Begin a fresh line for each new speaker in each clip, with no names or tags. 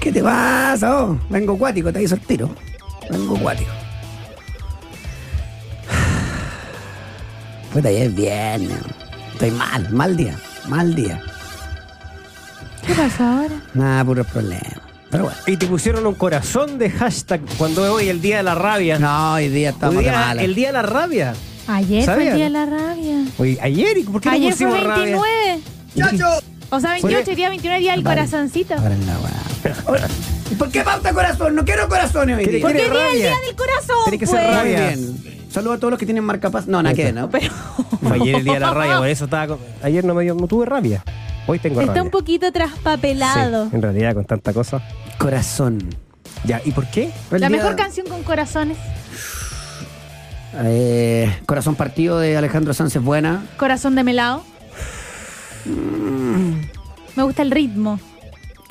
¿Qué te pasa? oh? Vengo cuático, te hizo el tiro. Vengo cuático. Puta, ya es viernes. Estoy mal, mal día, mal día.
¿Qué pasa ahora?
Nada, puros problemas. Pero bueno.
Y te pusieron un corazón de hashtag cuando es hoy el día de la rabia.
No, hoy día estamos
Hoy
de
día-
mala.
el día de la rabia.
Ayer fue
¿Sabía,
el día de
no?
la rabia.
Oye, ayer, ¿y ¿por qué
Ayer
no
fue
pusimos
29.
rabia?
O sea, 28 y día 29 día del
Vale.
corazoncito.
Ahora en la weá. ¿Por qué falta corazón? No quiero corazón hoy
¿Qué-
día.
qué-
Porque hoy día es el
rabia.
día del corazón.
Tiene que ser
pues.
Muy
rabia.
bien. Saludos a todos los que tienen marcapaz. No, nada que ver, ¿no?
Pero
Fue ayer el día de la rabia, por eso estaba. con- Ayer no, me dio- no tuve rabia. Hoy tengo
está
rabia.
un poquito traspapelado.
Sí, en realidad, con tanta cosa.
Corazón.
Ya, ¿y por qué?
El
La
día-
mejor canción con corazones.
Eh, Corazón partido de Alejandro Sánchez Buena.
Corazón de melado.
Mm.
Me gusta el ritmo.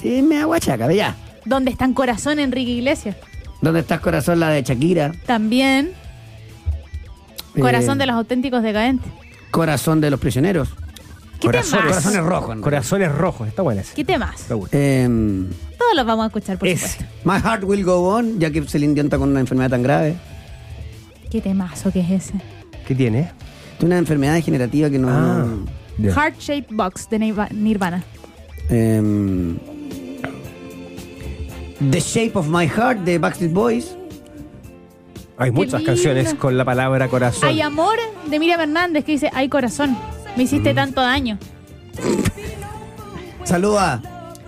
Sí, me aguachaca, ve ya.
¿Dónde están corazón Enrique Iglesias?
¿Dónde estás corazón? La de Shakira.
También. Corazón
Eh,
de los auténticos decadentes.
Corazón de los prisioneros.
¿Qué temas?
Corazones rojos, en realidad.
Corazones rojos, está buena esa.
¿Qué temas?
Me gusta.
Eh,
Todos los vamos a escuchar, por
Es.
supuesto.
My Heart Will Go On, ya que Celine Dion está con una enfermedad tan grave.
¿Qué temazo que es ese?
¿Qué tiene?
Tiene una enfermedad degenerativa que no...
Ah. Ya.
Heart Shaped Box de Nirva- Nirvana.
Em, The Shape of My Heart de Backstreet Boys.
Hay muchas
lindo.
canciones con la palabra corazón.
Hay amor de Miriam Hernández que dice, ay corazón, me
Mm.
hiciste tanto daño.
Saluda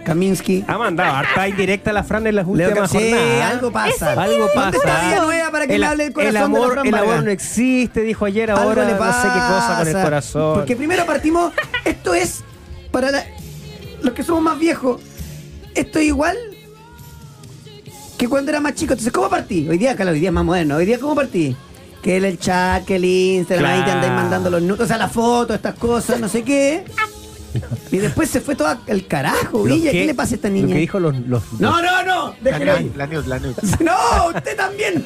Kaminsky.
Ha mandado harta indirecta a la Fran en las
Leo
últimas
Cap- sí,
jornadas.
algo pasa.
Ese
Algo
tío,
pasa.
¿Dónde está Vida Nueva para que me hable del corazón de la
amor,
Fran
el
Vargas?
amor no existe, dijo ayer,
Algo
ahora
le
no sé qué cosa con el
pasa.
corazón.
Porque primero partimos, esto es para la- los que somos más viejos, esto es igual que cuando era más chico. Entonces, ¿cómo partí? Hoy día, claro, hoy día es más moderno. Hoy día, ¿cómo partí? Que el, el chat, que el Instagram, ahí te andáis
Claro.
mandando los nudos, o sea, las fotos, estas cosas, no sé qué. Y después se fue todo el carajo,
Lo
Villa.
que-
¿Qué le pasa a esta niña?
Lo que dijo los... los-
No, no, no, déjelo ahí.
La news, la news.
No, usted también.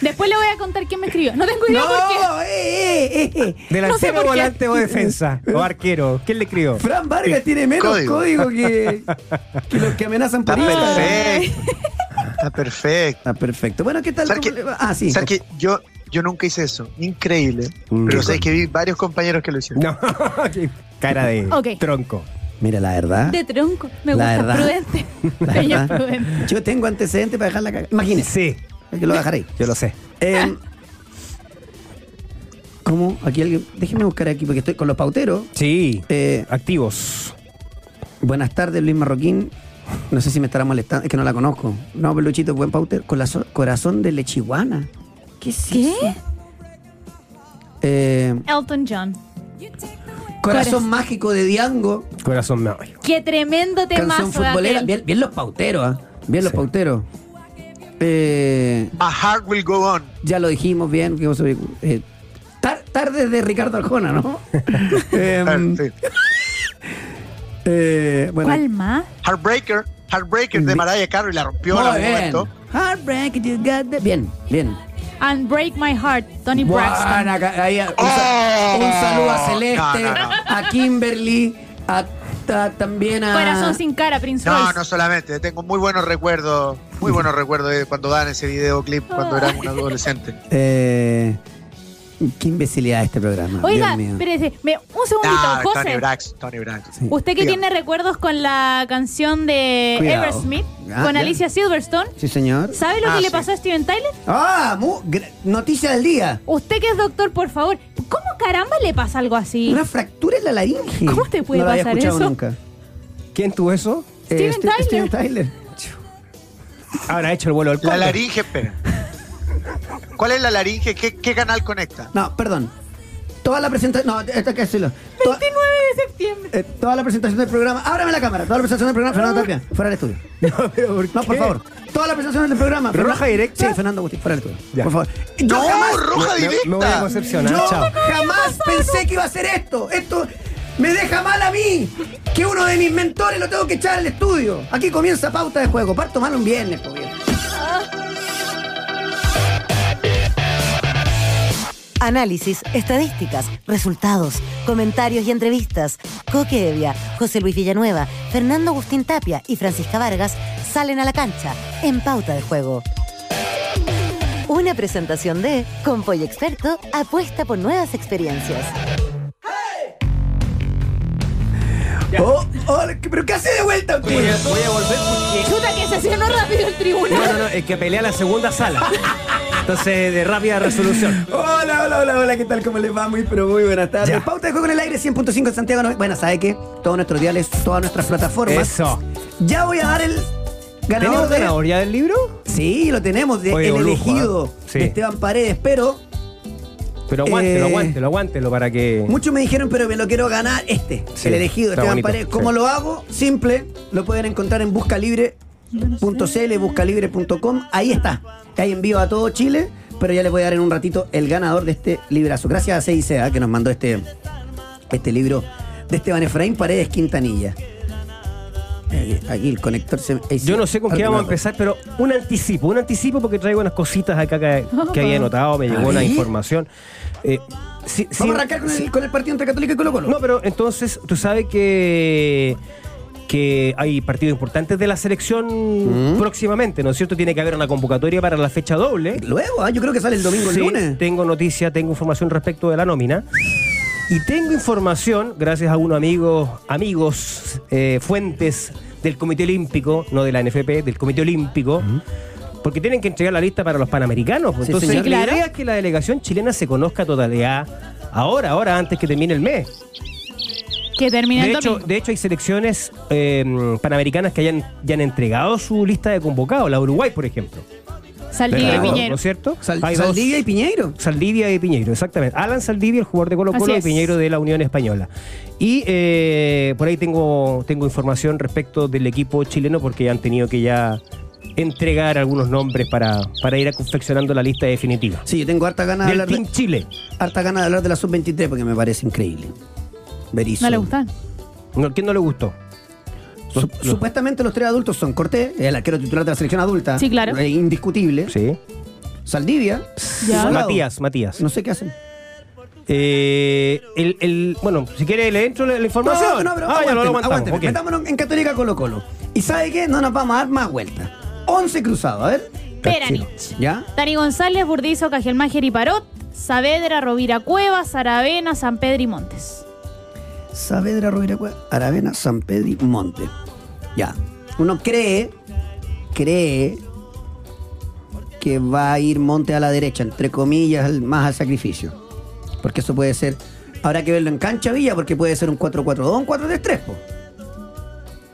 Después le voy a contar quién me escribió. No tengo idea por qué.
No, eh, eh, eh, eh.
No sé
Delantero,
por qué.
volante o defensa. O arquero. ¿Quién le crió?
Fran Vargas tiene menos código,
Código.
que, que los que amenazan
Está
por Instagram.
perfecto. Está perfecto.
Está perfecto. Bueno, ¿qué tal?
¿Sabes
¿Cómo
qué?
le va? Ah, sí.
¿Sabes que yo, yo nunca hice eso? Increíble.
Mm.
Pero sabes que vi varios compañeros que lo hicieron.
No, qué cara de
Ok.
tronco.
Mira, la verdad.
De tronco. Me
¿Ah? La
gusta
verdad.
prudente.
la
Ella es
verdad,
prudente.
Yo tengo antecedentes para dejar la caga. Imagínese.
Sí,
Hay que lo dejaré.
yo lo sé.
Eh, ¿Cómo? Aquí alguien. Déjeme buscar aquí porque estoy con los pauteros.
Sí.
Eh,
Activos.
buenas tardes, Luis Marroquín. No sé si me estará molestando, es que no la conozco. No, peluchito, buen pauter. Con la so- corazón de lechiguana. ¿Qué es
¿Qué?
eso? Eh,
Elton John.
Corazón
Corazón.
mágico de Diango.
Corazón mágico.
Qué tremendo temazo.
Canción futbolera.
Gatel.
Bien, bien los pauteros, ¿ah? Bien los
Sí.
pauteros. Eh,
My heart will go on.
ya lo dijimos bien. que vos soy- eh, tar- tardes de Ricardo Arjona, ¿no? Em,
Sí.
eh, bueno,
¿Cuál más?
Heartbreaker. Heartbreaker de Mariah Carey la rompió en
Mm. muy
algún
bien.
momento.
Heartbreak, you got the- Bien, bien.
And Break My Heart, Tony Braxton.
Buena, ca- ahí, un, sa-
Oh,
un saludo a Celeste,
no, no, no.
a Kimberly, a, a- también a.
Corazón sin cara, Prince
No,
Royce.
no solamente. Tengo muy buenos recuerdos. Muy buenos recuerdos de cuando daban ese videoclip cuando era un adolescente.
Eh, qué imbecilidad este programa.
Oiga,
Dios mío.
espérese, me- un segundito,
Ah, Tony
José.
Brax. Tony Brax.
Sí.
Usted que
Diga.
tiene recuerdos con la canción de
Cuidado.
Eversmith,
Ah,
con
ya.
Alicia Silverstone,
Sí, señor.
¿sabe lo
Ah,
que le
sí.
pasó a Steven Tyler?
Ah, mu- gra- noticia del día.
Usted que es doctor, por favor, ¿cómo caramba le pasa algo así?
Una fractura en la laringe.
¿Cómo te puede
no lo
pasar
había escuchado
eso?
nunca. Eh,
¿Quién tuvo eso?
Steven
Ste-
Tyler.
Steven Tyler.
Habrá hecho el vuelo del
La
cóndor.
laringe, espera. ¿Cuál es la laringe? ¿Qué, qué canal conecta?
No, perdón. Toda la presentación. No, esto hay que decirlo. Toda,
29 Este de septiembre.
eh, toda la presentación del programa. Ábrame la cámara. Toda la presentación del programa.
Ah.
Fernando Tapia. Fuera del estudio.
No, pero ¿por
No, por
qué?
favor. Toda la presentación del programa.
¿Roja
Fernando-
directa?
Sí, Fernando Agustín. Fuera del estudio.
Ya.
Por favor. Yo
¡No,
jamás-
roja
Me- Me voy a
directa!
Concepción. ah,
Yo
Chao.
jamás pensé que iba a hacer esto. Esto me deja mal a mí. Que uno de mis mentores lo tengo que echar al estudio. Aquí comienza pauta de juego. Parto mal un viernes, pues, po, viejo.
Análisis, estadísticas, resultados, comentarios y entrevistas. Coque Evia, José Luis Villanueva, Fernando Agustín Tapia y Francisca Vargas salen a la cancha en pauta de juego. Una presentación de Compoy Experto apuesta por nuevas experiencias.
Oh, oh, ¿Pero qué hace de vuelta pues?
Voy a,
usted?
voy a volver porque.
Chuta que se llenó rápido el
No, no,
tribunal.
no, es que pelea la segunda sala. Entonces, de rápida resolución.
Hola, hola, hola, hola, ¿qué tal? ¿Cómo les va? Muy, pero muy buenas tardes.
Ya.
Pauta de Juego en el Aire 100.5 en Santiago. No- Bueno, ¿sabe qué? Todos nuestros diales, todas nuestras plataformas.
Eso.
Ya voy a dar el ganador
¿Tenemos
de...
ganador ya del libro?
Sí, lo tenemos, de
Oye,
el
lujo,
elegido
¿ah? Sí.
de Esteban Paredes, pero
Pero aguántelo,
Eh,
aguántelo, aguántelo para que.
muchos me dijeron, pero me lo quiero ganar este,
Sí,
el elegido de
está
Esteban
bonito,
Paredes. ¿Cómo
sí.
lo hago? Simple, lo pueden encontrar en buscalibre.cl, buscalibre.com, ahí está. Hay envío a todo Chile, pero ya les voy a dar en un ratito el ganador de este librazo. Gracias a CICA que nos mandó este, este libro de Esteban Efraín Paredes Quintanilla. Eh, Aquí el conector se... ahí sí,
Yo no sé con qué vamos
arreglado.
a empezar, pero un anticipo, un anticipo porque traigo unas cositas acá que, que había anotado, me
A
llegó una
ver.
información. Eh, sí, sí,
Vamos a arrancar con,
sí.
el, con el partido entre Católica y Colo Colo.
No, pero entonces tú sabes que que hay partidos importantes de la selección
Mm.
próximamente, ¿no es cierto? Tiene que haber una convocatoria para la fecha doble.
Luego, ah, yo creo que sale el domingo, el
Sí,
lunes.
Tengo noticia, tengo información respecto de la nómina. Y tengo información, gracias a unos amigos, amigos, eh, fuentes del Comité Olímpico, no de la NFP, del Comité Olímpico, porque tienen que entregar la lista para los Panamericanos. pues.
Sí,
Entonces,
señor.
la
Claro.
idea es que la delegación chilena se conozca a totalidad ahora, ahora, antes que termine el mes.
Que termina
De
el
hecho,
domingo.
de hecho, hay selecciones eh, panamericanas que hayan, ya han entregado su lista de convocados. La Uruguay, por ejemplo.
Saldivia y
Entregó,
Piñero.
¿No es cierto?
Sal-
Hay dos-
Saldivia y Piñeiro.
Saldivia y Piñeiro, exactamente. Alan Saldivia, el jugador de Colo
Así
Colo, y
es.
Piñeiro de la Unión Española. Y eh, por ahí tengo, tengo información respecto del equipo chileno porque han tenido que ya entregar algunos nombres para, para ir a confeccionando la lista definitiva.
Sí, yo tengo harta ganas de
Del
hablar de,
Team Chile.
harta ganas de hablar de la sub-23 porque me parece increíble. Berizzo.
No le gustan.
No, ¿Quién no le gustó?
Su- Supuestamente los tres adultos son Cortés, el arquero titular de la selección adulta.
Sí, claro.
eh, Indiscutible.
Sí.
Saldivia.
Ya.
Salado.
Matías, Matías.
No sé qué hacen.
Eh, el, el- bueno, si quiere le entro la la información.
No, no, pero
Ah, ya
aguánteme,
lo aguantamos.
aguánteme.
ok.
Metámonos en Católica Colo Colo. ¿Y sabe qué? No nos vamos a dar más vueltas. 11 cruzados, a ver.
Peranich.
¿Ya?
Tani González, Burdizo, Cajelmáger y Parot. Saavedra, Rovira Cuevas, Aravena, San Pedro y Montes.
Saavedra, Roviracua, Aravena, San Pedro y Monte. Ya. Uno cree, cree que va a ir Monte a la derecha, entre comillas, al- más al sacrificio. Porque eso puede ser. Habrá que verlo en cancha Villa, porque puede ser un 4-4-2, un 4-3-3, po.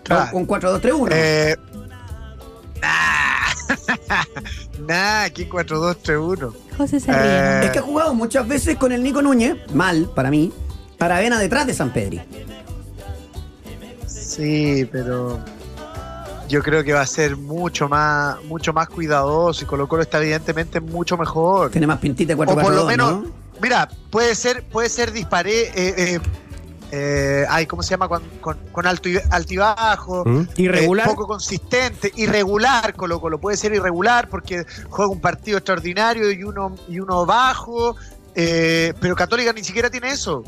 Claro.
O Un 4-2-3-1.
Eh, nah. nah, aquí 4-2-3-1.
José se
Eh,
es que ha jugado muchas veces con el Nico Núñez, mal para mí, Aravena detrás de San Pedro.
Sí, pero yo creo que va a ser mucho más, mucho más cuidadoso y Colo Colo está evidentemente mucho mejor.
Tiene más pintita de
O por lo
4-4-2,
menos,
¿no?
mira, puede ser, puede ser disparé, eh, eh, eh, ay, ¿cómo se llama? Con, con- con alto y, altibajo.
Mm. Irregular.
eh, poco consistente, irregular Colo Colo, puede ser irregular porque juega un partido extraordinario y uno, y uno bajo, eh, pero Católica ni siquiera tiene eso.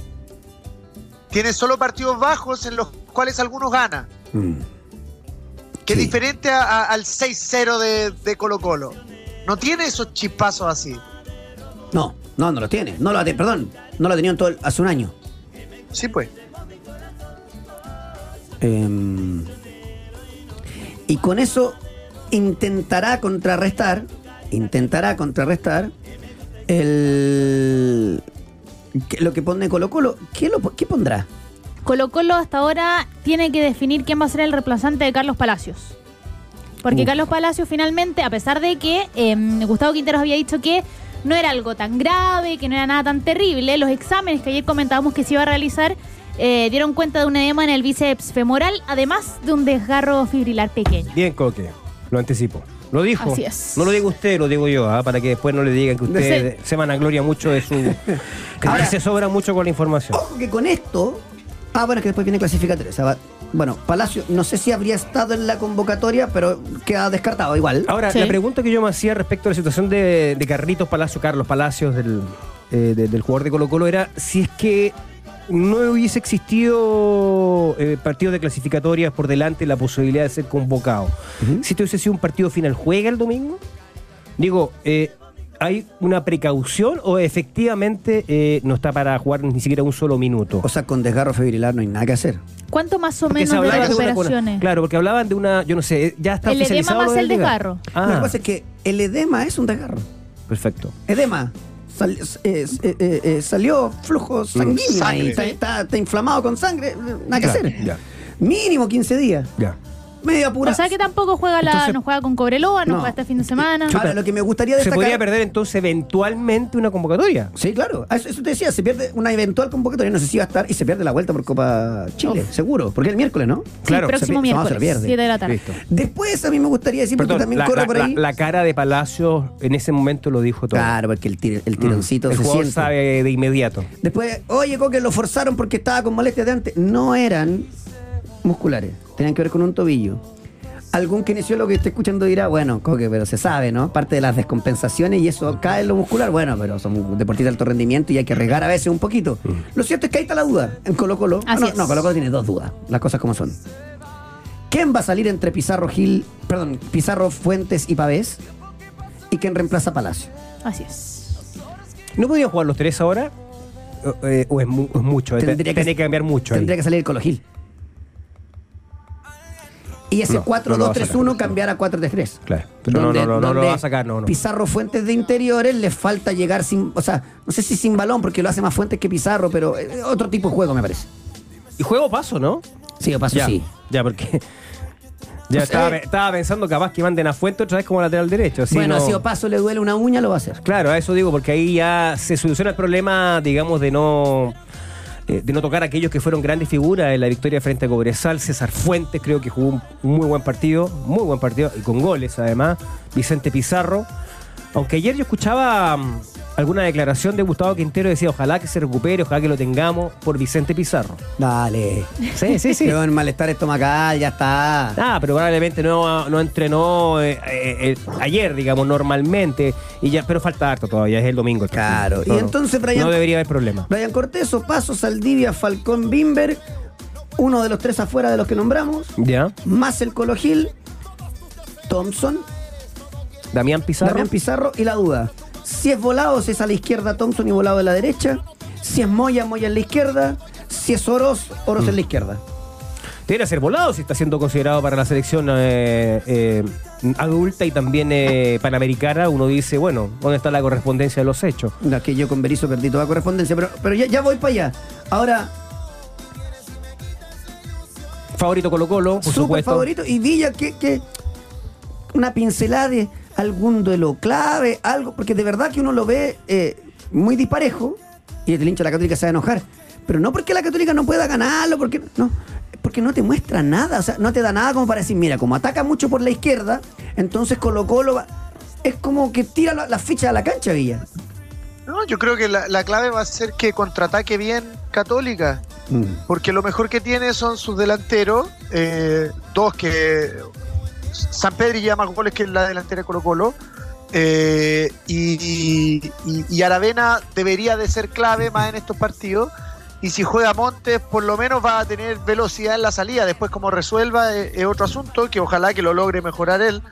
Tiene solo partidos bajos en los cuales algunos ganan,
Mm.
que
Sí.
es diferente a- a- al 6-0 de, de Colo Colo. No tiene esos chispazos así.
No, no, no lo tiene. No lo ha tenido, perdón, no lo ha tenido en todo el- hace un año.
Sí, pues.
Eh, y con eso intentará contrarrestar, intentará contrarrestar el que- lo que pone Colo Colo. ¿Qué, lo, po- qué pondrá?
Colo Colo hasta ahora tiene que definir quién va a ser el reemplazante de Carlos Palacios. Porque
Uf.
Carlos Palacios finalmente, a pesar de que eh, Gustavo Quinteros había dicho que no era algo tan grave, que no era nada tan terrible, los exámenes que ayer comentábamos que se iba a realizar eh, dieron cuenta de un edema en el bíceps femoral, además de un desgarro fibrilar pequeño.
Bien, Coque, lo anticipo. Lo dijo.
Así es.
No lo digo usted, lo digo yo, ¿ah? para que después no le digan que usted
Sí.
se vanagloria mucho de su. que
Ahora-
se sobra mucho con la información.
Ojo que con esto. Ah, bueno, es que después viene clasificatoria. o sea, va- bueno, Palacio, no sé si habría estado en la convocatoria, pero queda descartado igual.
Ahora,
Sí.
la pregunta que yo me hacía respecto a la situación de, de Carlitos Palacio, Carlos Palacios, del, eh, de- del jugador de Colo Colo era si es que no hubiese existido eh, partido de clasificatorias por delante la posibilidad de ser convocado. Si te hubiese sido un partido final, ¿juega el domingo? Digo, eh, ¿hay una precaución o efectivamente eh, no está para jugar ni siquiera un solo minuto?
O sea, con desgarro fibrilar no hay nada que hacer.
¿Cuánto más o
Porque
menos de
hablaba una-
recuperaciones?
claro, porque hablaban de una, yo no sé, eh, ya está
El edema
oficializado
más
lo del
el
desgarro.
Lo que
Ah,
pasa es que el edema es un desgarro.
perfecto.
Edema. Sal- eh, eh, eh, eh, salió flujo sanguíneo.
Sangre.
y Está, está- está inflamado con sangre. eh, Nada que
Ya,
hacer.
ya.
Mínimo 15 días.
Ya.
Media pura.
O sea que tampoco juega la,
Entonces-
no juega con Cobreloa, no,
No. Eh,
juega este fin de semana.
Ahora, lo que me gustaría
Se
destacar...
podría perder entonces eventualmente una convocatoria.
Sí, claro. A Eso, eso te decía, se pierde una eventual convocatoria. No sé si va a estar y se pierde la vuelta por Copa Chile, seguro. Porque el miércoles, ¿no?
Sí,
claro, se
próximo
pi- no, se
miércoles,
lo pierde.
7 de la tarde.
Listo.
Después a mí me gustaría decir, porque
Perdón,
también
la,
corro
la-
por
la-
ahí.
la cara de Palacio en ese momento lo dijo todo.
claro, porque el, tir- el
Mm.
tironcito
El
se
jugador
siente.
sabe de inmediato.
Después, oye, Coque, lo forzaron porque estaba con molestias de antes. No eran musculares, tenían que ver con un tobillo. Algún kinesiólogo que esté escuchando dirá, bueno, Coque, pero se sabe, ¿no? Parte de las descompensaciones y eso cae en lo muscular. Bueno, pero somos deportistas de alto rendimiento y hay que regar a veces un poquito. Lo cierto es que ahí está la duda. En Colo Colo. ah,
Así
no,
es.
no, Colo Colo tiene dos dudas, las cosas como son. ¿Quién va a salir entre Pizarro Gil, perdón, Pizarro Fuentes y Pavés? ¿Y quién reemplaza a Palacio?
Así es.
¿No podían jugar los tres ahora? O, eh, o es, mu- o es mucho, eh,
Tendría que-
tiene que cambiar mucho. ahí.
Tendría que salir el Colo Gil. Y ese
No, no lo va a sacar.
4-2-3-1 cambiar a 4-3-3.
Claro. No, no, no, no, no lo va a sacar, no, no.
Pizarro Fuentes de interiores le falta llegar sin. O sea, no sé si sin balón, porque lo hace más Fuentes que Pizarro, pero eh, otro tipo de juego, me parece.
Y juego paso, ¿no?
Sí, o paso
ya,
sí.
ya, porque. Ya
No sé.
estaba, estaba pensando capaz que manden a Fuente otra vez como lateral derecho. así
bueno,
no-
si Opaso le duele una uña, lo va a hacer.
Claro, a eso digo, porque ahí ya se soluciona el problema, digamos, de no eh, de no tocar a aquellos que fueron grandes figuras en la victoria frente a Cobresal. César Fuentes creo que jugó un muy buen partido, muy buen partido, y con goles además. Vicente Pizarro. Aunque ayer yo escuchaba mm, alguna declaración de Gustavo Quintero y decía, ojalá que se recupere, ojalá que lo tengamos por Vicente Pizarro.
Dale.
Sí, sí, sí.
Pero en malestar estomacal, ya está.
Ah, pero probablemente no, no entrenó eh, eh, eh, ayer, digamos, normalmente. Y ya, pero falta harto todavía, es el domingo. el
Claro,
partido.
y
No, no.
entonces, Brian-
No debería haber problema.
Brian Cortés, Opaso, Saldivia, Falcón, Bimber. Uno de los tres afuera de los que nombramos.
Ya.
Más el Colo Gil. Thompson,
Damián Pizarro.
Damián Pizarro y la duda. Si es volado, si es a la izquierda Thompson y volado a la derecha. Si es Moya, Moya en la izquierda. Si es Oros, Oros en la izquierda.
Debería ser volado si está siendo considerado para la selección eh, eh, adulta y también eh, panamericana. Uno dice, bueno, ¿dónde está la correspondencia de los hechos?
La que yo con Berizzo perdí toda correspondencia, pero, pero ya, ya voy para allá. Ahora,
Favorito Colo Colo, por
súper
supuesto.
favorito. Y Villa, que, que una pincelada de algún duelo clave, algo, porque de verdad que uno lo ve eh, muy disparejo y el hincha de la Católica se va a enojar. Pero no porque la Católica no pueda ganarlo, porque no, porque no te muestra nada, o sea, no te da nada como para decir, mira, como ataca mucho por la izquierda, entonces Colo Colo va- es como que tira la- las fichas a la cancha, Villa.
No, yo creo que la, la clave va a ser que contraataque bien Católica,
Mm.
porque lo mejor que tiene son sus delanteros, eh, dos que San Pedro lleva más goles que la delantera de Colo Colo, eh, y, y- y Aravena debería de ser clave más en estos partidos, y si juega Montes por lo menos va a tener velocidad en la salida, después como resuelva eh, es otro asunto que ojalá que lo logre mejorar él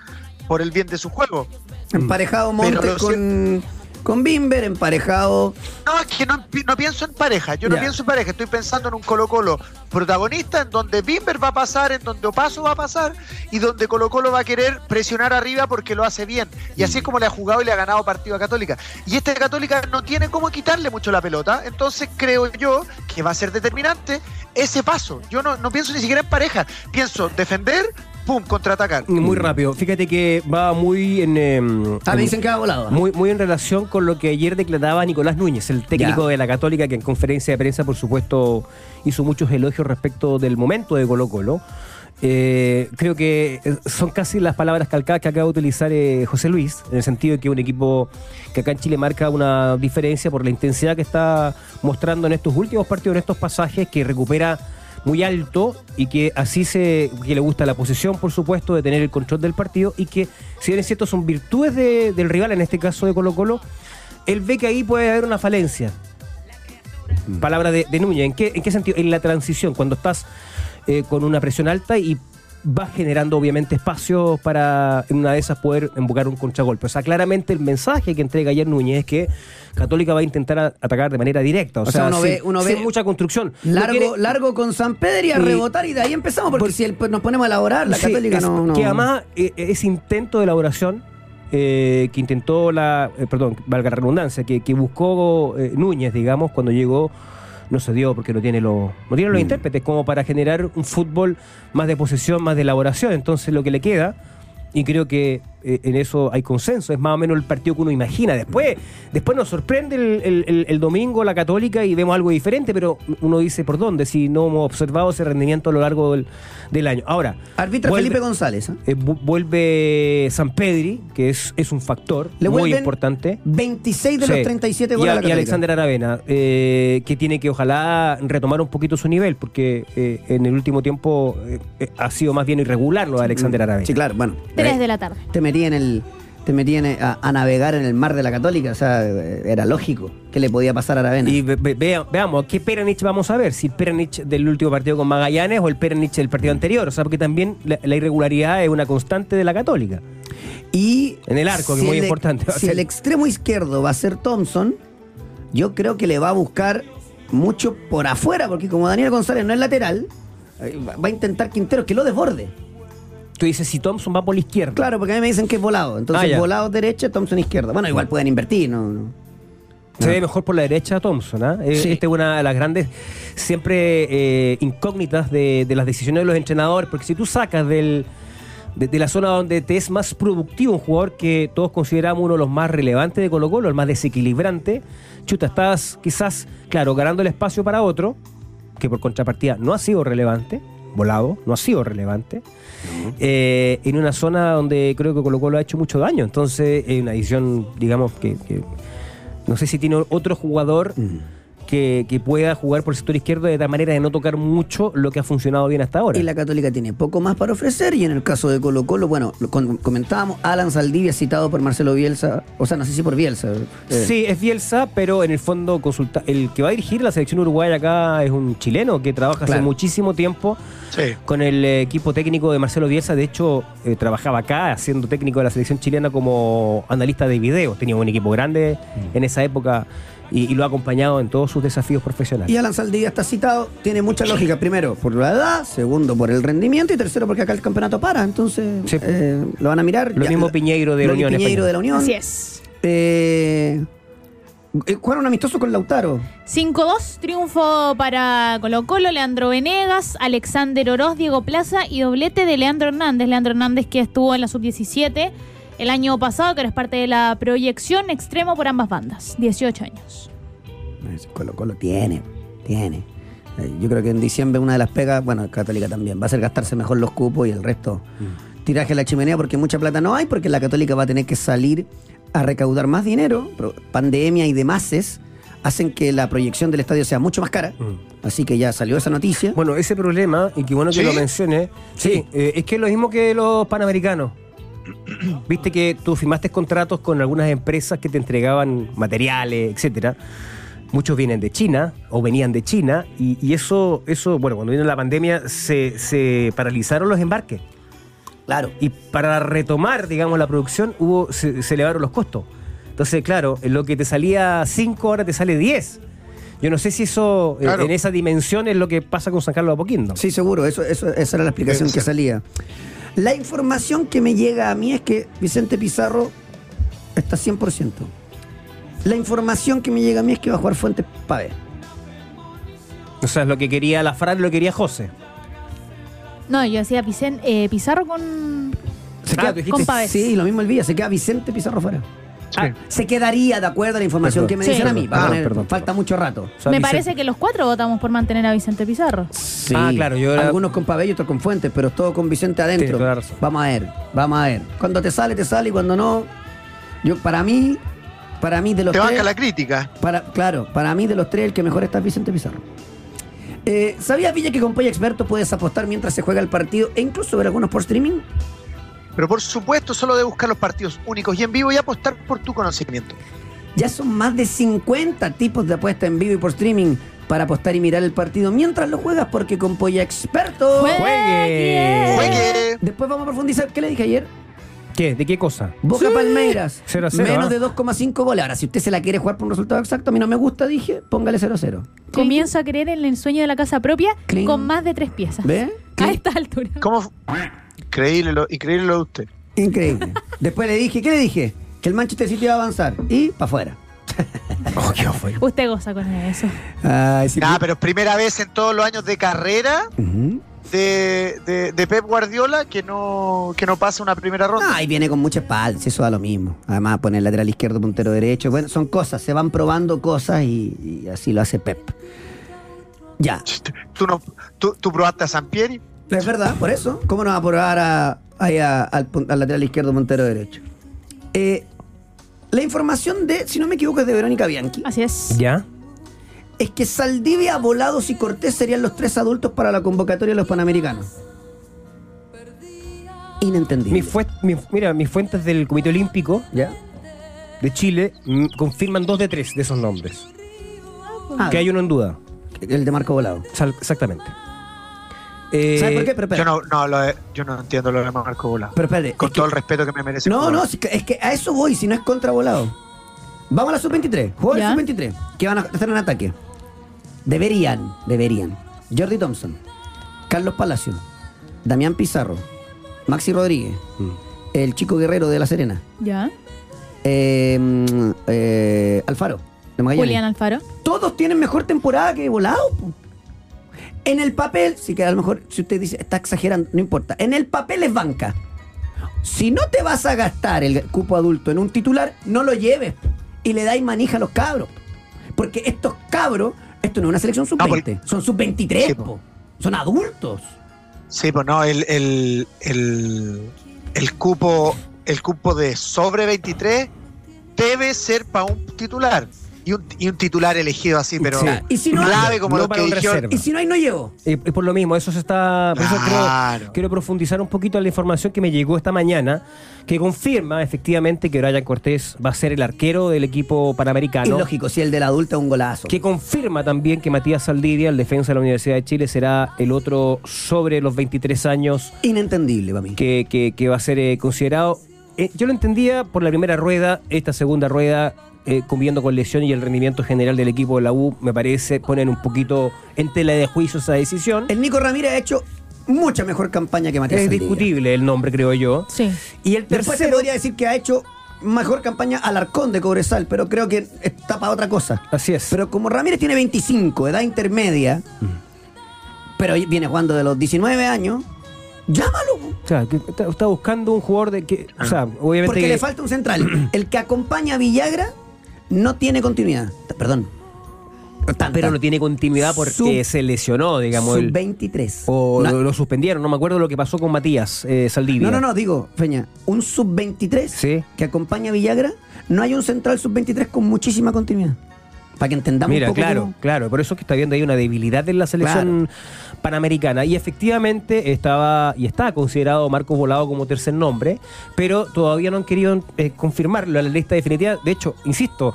por el bien de su juego.
Mm.
Emparejado
Pero
Montes
lo
con, con Bimber, emparejado
No, es que no, pi- no pienso en pareja, yo no
Ya.
pienso en pareja, estoy pensando en un Colo Colo protagonista en donde Bimber va a pasar, en donde Opaso va a pasar y donde Colo Colo va a querer presionar arriba porque lo hace bien. Y así es como le ha jugado y le ha ganado partido a Católica. Y este Católica no tiene cómo quitarle mucho la pelota, entonces creo yo que va a ser determinante ese paso. Yo no, no pienso ni siquiera en pareja, pienso defender, pum, contraatacar.
Muy rápido. Fíjate que va muy en. eh,
Ah,
en-
me dicen que va volado.
Muy, muy en relación con lo que ayer declaraba Nicolás Núñez, el técnico
Ya.
de la Católica, que en conferencia de prensa, por supuesto, hizo muchos elogios respecto del momento de Colo Colo. Eh, creo que eh, son casi las palabras calcadas que acaba de utilizar eh, José Luis, en el sentido de que un equipo que acá en Chile marca una diferencia por la intensidad que está mostrando en estos últimos partidos, en estos pasajes, que recupera muy alto y que así se que le gusta la posesión, por supuesto, de tener el control del partido y que, si bien es cierto, son virtudes de- del rival, en este caso de Colo Colo, él ve que ahí puede haber una falencia. Palabra de, de Núñez. ¿En qué, en qué sentido? En la transición, cuando estás eh, con una presión alta y vas generando obviamente espacios para en una de esas poder embocar un contragolpe. O sea, claramente el mensaje que entrega ayer Núñez es que Católica va a intentar a- atacar de manera directa. O,
O sea, uno
sin-
ve- uno
sin
ve-
mucha construcción. No
Largo,
quiere-
largo con San Pedro y a
Y-
rebotar y de ahí empezamos, porque
Por-
si el- pues, nos ponemos a elaborar, la
Sí,
católica
es-
no, no-
Que además eh, ese intento de elaboración eh, que intentó la, eh, perdón, valga la redundancia, que, que buscó eh, Núñez, digamos, cuando llegó, no se dio porque no tiene los, no tiene
Mm.
los intérpretes como para generar un fútbol más de posesión, más de elaboración. Entonces lo que le queda y creo que eh, en eso hay consenso, es más o menos el partido que uno imagina. Después, después nos sorprende el, el- el- el domingo la católica y vemos algo diferente, pero uno dice por dónde, si no hemos observado ese rendimiento a lo largo del, del año. Ahora,
Arbitra
vuelve-
Felipe González. ¿eh?
eh, vu- vuelve San Pedri, que es, es un factor
Le
muy
vuelven
importante.
26 de los
Sí.
37
y,
goles
a-
a la
y
Católica.
Alexander Aravena, eh, que tiene que ojalá retomar un poquito su nivel, porque eh, en el último tiempo eh, eh, ha sido más bien irregular lo de Alexander Aravena.
Sí, claro, bueno.
3
eh,
de la tarde.
Te metí en el. Te metí en el- a, a navegar en el mar de la Católica, o sea, eh, era lógico que le podía pasar a Aravena.
Y ve- ve- vea- veamos, ¿qué Peranich vamos a ver? Si el Peranich del último partido con Magallanes o el Peranich del partido anterior. O sea, porque también la, la irregularidad es una constante de la Católica.
Y
En el arco, que es muy
el-
importante, va a
Si
ser.
el extremo izquierdo va a ser Thompson, yo creo que le va a buscar mucho por afuera, porque como Daniel González no es lateral, eh, va va a intentar Quintero que lo desborde.
Tú dices, si Thompson va por la izquierda.
Claro, porque a mí me dicen que es volado.
Ah,
Entonces,
ya.
volado derecha, Thompson izquierda. Bueno, igual pueden invertir, ¿no? no.
Se ve mejor por la derecha Thompson, ¿ah? Eh,
Sí.
Esta es una de las grandes, siempre eh, incógnitas de, de las decisiones de los entrenadores, porque si tú sacas del, de, de la zona donde te es más productivo un jugador que todos consideramos uno de los más relevantes de Colo Colo, el más desequilibrante, chuta, estás quizás, claro, ganando el espacio para otro, que por contrapartida no ha sido relevante, volado, no ha sido relevante, eh, en una zona donde creo que Colo Colo ha hecho mucho daño, entonces es una edición, digamos, que- que no sé si tiene otro jugador que, que pueda jugar por el sector izquierdo de tal manera de no tocar mucho lo que ha funcionado bien hasta ahora.
Y la Católica tiene poco más para ofrecer. Y en el caso de Colo Colo, bueno, lo con- comentábamos, Alan Saldivia citado por Marcelo Bielsa. O sea, no sé si por Bielsa. eh,
Sí, es Bielsa, pero en el fondo consulta el que va a dirigir la selección uruguaya acá es un chileno que trabaja hace
Claro.
muchísimo tiempo
Sí.
con el eh, equipo técnico de Marcelo Bielsa. De hecho, eh, trabajaba acá siendo técnico de la selección chilena como analista de video. Tenía un equipo grande
Mm.
en esa época y, y lo ha acompañado en todos sus desafíos profesionales.
Y Alan Saldivia está citado. Tiene mucha lógica. Primero, por la edad. Segundo, por el rendimiento. Y tercero, porque acá el campeonato para. Entonces,
Sí.
eh, lo van a mirar.
Lo mismo Piñeiro de la
lo mismo
Unión
Piñeiro
Española.
de la Unión.
Así es.
Eh, eh, jugaron amistoso con Lautaro.
5-2, triunfo para Colo Colo, Leandro Venegas, Alexander Oroz, Diego Plaza y doblete de Leandro Hernández. Leandro Hernández que estuvo en la sub-17 el año pasado, que ahora es parte de la proyección extremo por ambas bandas, 18 años.
Colo Colo tiene, tiene. Eh, Yo creo que en diciembre una de las pegas, bueno, Católica también, va a ser gastarse mejor los cupos y el resto tiraje a la chimenea porque mucha plata no hay, porque la Católica va a tener que salir a recaudar más dinero. pero Pandemia y demás hacen que la proyección del estadio sea mucho más cara. Así que ya salió esa noticia.
Bueno, ese problema, y qué bueno que
¿Sí?
lo menciones, sí, eh, es que es lo mismo que los panamericanos. Viste que tú firmaste contratos con algunas empresas que te entregaban materiales, etcétera. Muchos vienen de China o venían de China, y, y eso, eso, bueno, cuando vino la pandemia se, se paralizaron los embarques.
claro.
Y para retomar, digamos, la producción, hubo, se, se elevaron los costos. Entonces, claro, en lo que te salía 5 ahora te sale 10. Yo no sé si eso, eh,
Claro.
en esa dimensión, es lo que pasa con San Carlos de Apoquindo.
Sí, seguro, eso, eso- esa era la explicación
Debe
que
ser.
salía. La información que me llega a mí es que Vicente Pizarro está 100%. La información que me llega a mí es que va a jugar Fuentes Pave.
O sea, es lo que quería la Fran, lo quería José.
No, yo decía Picen- eh, Pizarro con...
Ah, tú dijiste
con Pavés.
Sí, lo mismo el Villa, se queda Vicente Pizarro fuera.
Sí.
Ah,
Se quedaría de acuerdo a la información
Perdón.
que me
Sí.
dicen a mí. Va a
Ah,
poner-
perdón.
falta mucho rato.
o sea,
Me
Vicente-
parece que los cuatro votamos por mantener a Vicente Pizarro.
Ah, claro, yo era-
Algunos con Pave y otros con Fuentes, pero todo con Vicente adentro.
toda la razón.
Vamos a ver, vamos a ver. Cuando te sale, te sale y cuando no. Yo, para mí, para mí de los
Te
tres-
banca la crítica.
Para, claro, para mí de los tres el que mejor está es Vicente Pizarro. Eh, ¿Sabías, Villa, que con Pay Experto puedes apostar mientras se juega el partido e incluso ver algunos por streaming?
Pero por supuesto, solo de buscar los partidos únicos y en vivo y apostar por tu conocimiento.
Ya son más de 50 tipos de apuesta en vivo y por streaming para apostar y mirar el partido mientras lo juegas porque con Polla Experto...
Jue-
Juegue.
Juegue.
Después vamos a profundizar. ¿Qué le dije ayer?
¿Qué? ¿De qué cosa?
Boca Palmeiras.
Cero a cero,
menos
¿ah?
de 2,5 goles. Ahora, si usted se la quiere jugar por un resultado exacto, a mí no me gusta, dije, póngale 0-0.
Comienzo a creer en el sueño de la casa propia
Cling.
con más de tres piezas.
¿Ve?
A esta altura.
¿Cómo? fu- Increíble lo, increíble lo de usted.
Increíble. Después le dije, ¿qué le dije? Que el Manchester City iba a avanzar. Y para afuera.
Usted goza con eso.
Ay, sí.
Nah, Ah, pero es primera vez en todos los años de carrera
Ujú.
de, de- de Pep Guardiola que no, que no pasa una primera
No,
ronda.
ahí viene con mucha espalda, si eso da lo mismo. Además, poner lateral izquierdo, puntero derecho. Bueno, son cosas, se van probando cosas y, y así lo hace Pep. Ya.
¿Tú, no, tú, tú probaste a Sampieri?
Es verdad, por eso. ¿Cómo no va a probar a- ahí a- al, pun- al lateral izquierdo, puntero derecho? Eh, la información de, si no me equivoco, es de Verónica Bianchi.
Así es.
¿Ya?
Es que Saldivia, Volados y Cortés serían los tres adultos para la convocatoria de los Panamericanos. Inentendible.
Mi fue- mi- mira, mis fuentes del Comité Olímpico
¿Ya?
de Chile mm, confirman dos de tres de esos nombres.
Ah,
Que hay uno en duda.
el de Marco Volado.
Sal- exactamente. Eh,
¿Sabes por qué? Pero espera.
Yo no, no, lo de- yo no entiendo lo de Marco Bola.
Pero espérate,
Con
es
todo
que-
el respeto que me merece.
No,
Bola.
no, si- es que a eso voy, si no es contra Volado. Vamos a la sub-23. Juego del
Ya.
sub-23. Que van a estar en ataque. Deberían, deberían. Jordi Thompson, Carlos Palacio, Damián Pizarro, Maxi Rodríguez,
Mm.
el chico guerrero de La Serena,
Ya.
eh, mm, eh, Alfaro, de Magallanes.
Julián Alfaro.
Todos tienen mejor temporada que Volado. po. En el papel, sí que a lo mejor, si usted dice, está exagerando, no importa. En el papel es banca. Si no te vas a gastar el cupo adulto en un titular, no lo lleves po, y le dais manija a los cabros. Porque estos cabros, esto no es una selección sub-20,
Ah,
son sub-23,
Sí,
po.
po.
son adultos.
Sí, pues no, el, el, el, el cupo, el cupo de sobre 23 debe ser para un titular. Y un, y un titular elegido así, pero
Sí.
Y si no-
clave como
No
lo
para
que
un
dijeron.
reserva.
Y si no, ahí no llevo.
Y, y eh, por lo mismo, eso se está. por eso creo-
Claro.
quiero profundizar un poquito en la información que me llegó esta mañana, que confirma efectivamente que Brian Cortés va a ser el arquero del equipo
Es
Ah,
panamericano.
lógico, si el del adulto es un golazo.
Que confirma también que Matías Saldivia, el defensa de la Universidad de Chile, será el otro sobre los 23 años
Inentendible para mí.
que, que- que va a ser eh, considerado. Eh, yo lo entendía por la primera rueda, esta segunda rueda, eh, conviviendo con lesión y el rendimiento general del equipo de la U, me parece, ponen un poquito en tela de juicio esa decisión.
El Nico Ramírez ha hecho mucha mejor campaña que Matías
Es
Saldivia.
discutible el nombre, creo yo.
Sí.
Y el
Después se
tercero.
podría decir que ha hecho mejor campaña Alarcón de Cobresal, pero creo que está para otra cosa.
Así es.
Pero como Ramírez tiene 25, edad intermedia, pero viene jugando de los 19 años, llámalo.
O sea, que está, está buscando un jugador de que. O sea, obviamente.
Ah. Porque
que-
le falta un central. El que acompaña a Villagra no tiene continuidad. T- Perdón. Tanta.
pero no tiene continuidad porque
Sub-
se lesionó, digamos. el-
Sub-23.
o
No,
lo, lo suspendieron. No me acuerdo lo que pasó con Matías eh, Saldivia.
No, no, no, digo, Feña, un sub-23
Sí.
que acompaña a Villagra, no hay un central sub-23 con muchísima continuidad. Para que entendamos
Mira,
un poco
claro,
cómo-
claro, por eso es que está viendo ahí una debilidad en la selección panamericana. Y efectivamente estaba y está considerado Marcos Volado como tercer nombre, pero todavía no han querido eh, confirmarlo en la lista definitiva. De hecho, insisto,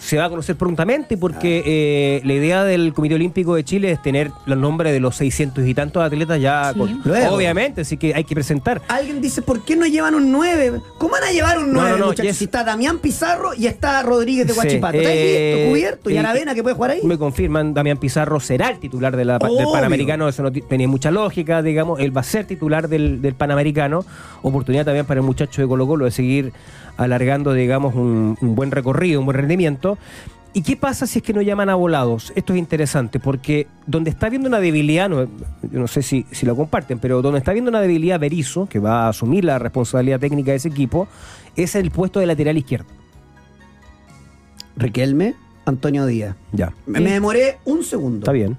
se va a conocer prontamente porque eh, la idea del Comité Olímpico de Chile es tener los nombres de los 600 y tantos atletas ya.
Sí.
con-
Luego.
obviamente, así que hay que presentar.
Alguien dice, ¿por qué no llevan un 9? ¿Cómo van a llevar un
No,
9,
no, no,
muchachos?
yes.
Si está Damián Pizarro y está Rodríguez de
Sí,
Guachipato. está
eh,
listo, cubierto. Y
eh,
Aravena que puede jugar ahí.
Me confirman, Damián Pizarro será el titular de la, pa- del
Obvio.
Panamericano, eso no ti- tenía mucha lógica, digamos, él va a ser titular del, del Panamericano, oportunidad también para el muchacho de Colo Colo de seguir alargando, digamos, un, un buen recorrido, un buen rendimiento. ¿Y qué pasa si es que no llaman a volados? Esto es interesante, porque donde está viendo una debilidad, no, yo no sé si, si lo comparten, pero donde está viendo una debilidad Berizzo, que va a asumir la responsabilidad técnica de ese equipo, es el puesto de lateral izquierdo.
Riquelme, Antonio Díaz.
Ya.
Me, me demoré un segundo.
Está bien.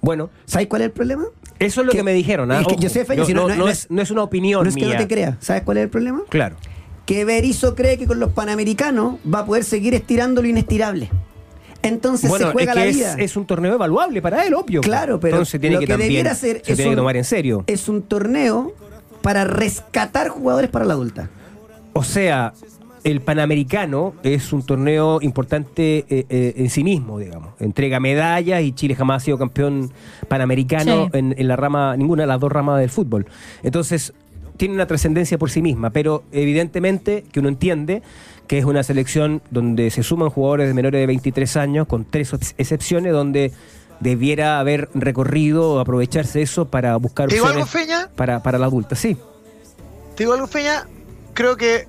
Bueno,
¿Sabes cuál es el problema?
eso es lo que,
Que-
me dijeron. ¿ah?
es que
Ojo,
yo sé, Feña,
no,
si
no-
no-
no
no
es,
es-
no es una opinión
No es que
mía.
no te creas. ¿Sabes cuál es el problema?
Claro.
que Berizzo cree que con los panamericanos va a poder seguir estirando lo inestirable. Entonces
bueno,
se juega
es que
la
es-
vida.
es, un torneo evaluable para él, obvio. pues.
Claro, pero
Entonces tiene
lo
que,
que
también-
debiera hacer
se
es
tiene que
un-
tomar en serio.
Es un torneo para rescatar jugadores para la adulta.
O sea, el Panamericano es un torneo importante eh, eh, en sí mismo, digamos. Entrega medallas y Chile jamás ha sido campeón panamericano
Sí.
en, en la rama, ninguna de las dos ramas del fútbol. Entonces, tiene una trascendencia por sí misma, pero evidentemente que uno entiende que es una selección donde se suman jugadores de menores de 23 años, con tres ex- excepciones, donde debiera haber recorrido o aprovecharse eso para buscar
¿Te digo algo,
opciones
Feña?
para, para la adulta. Sí,
Te digo algo, Feña. Creo que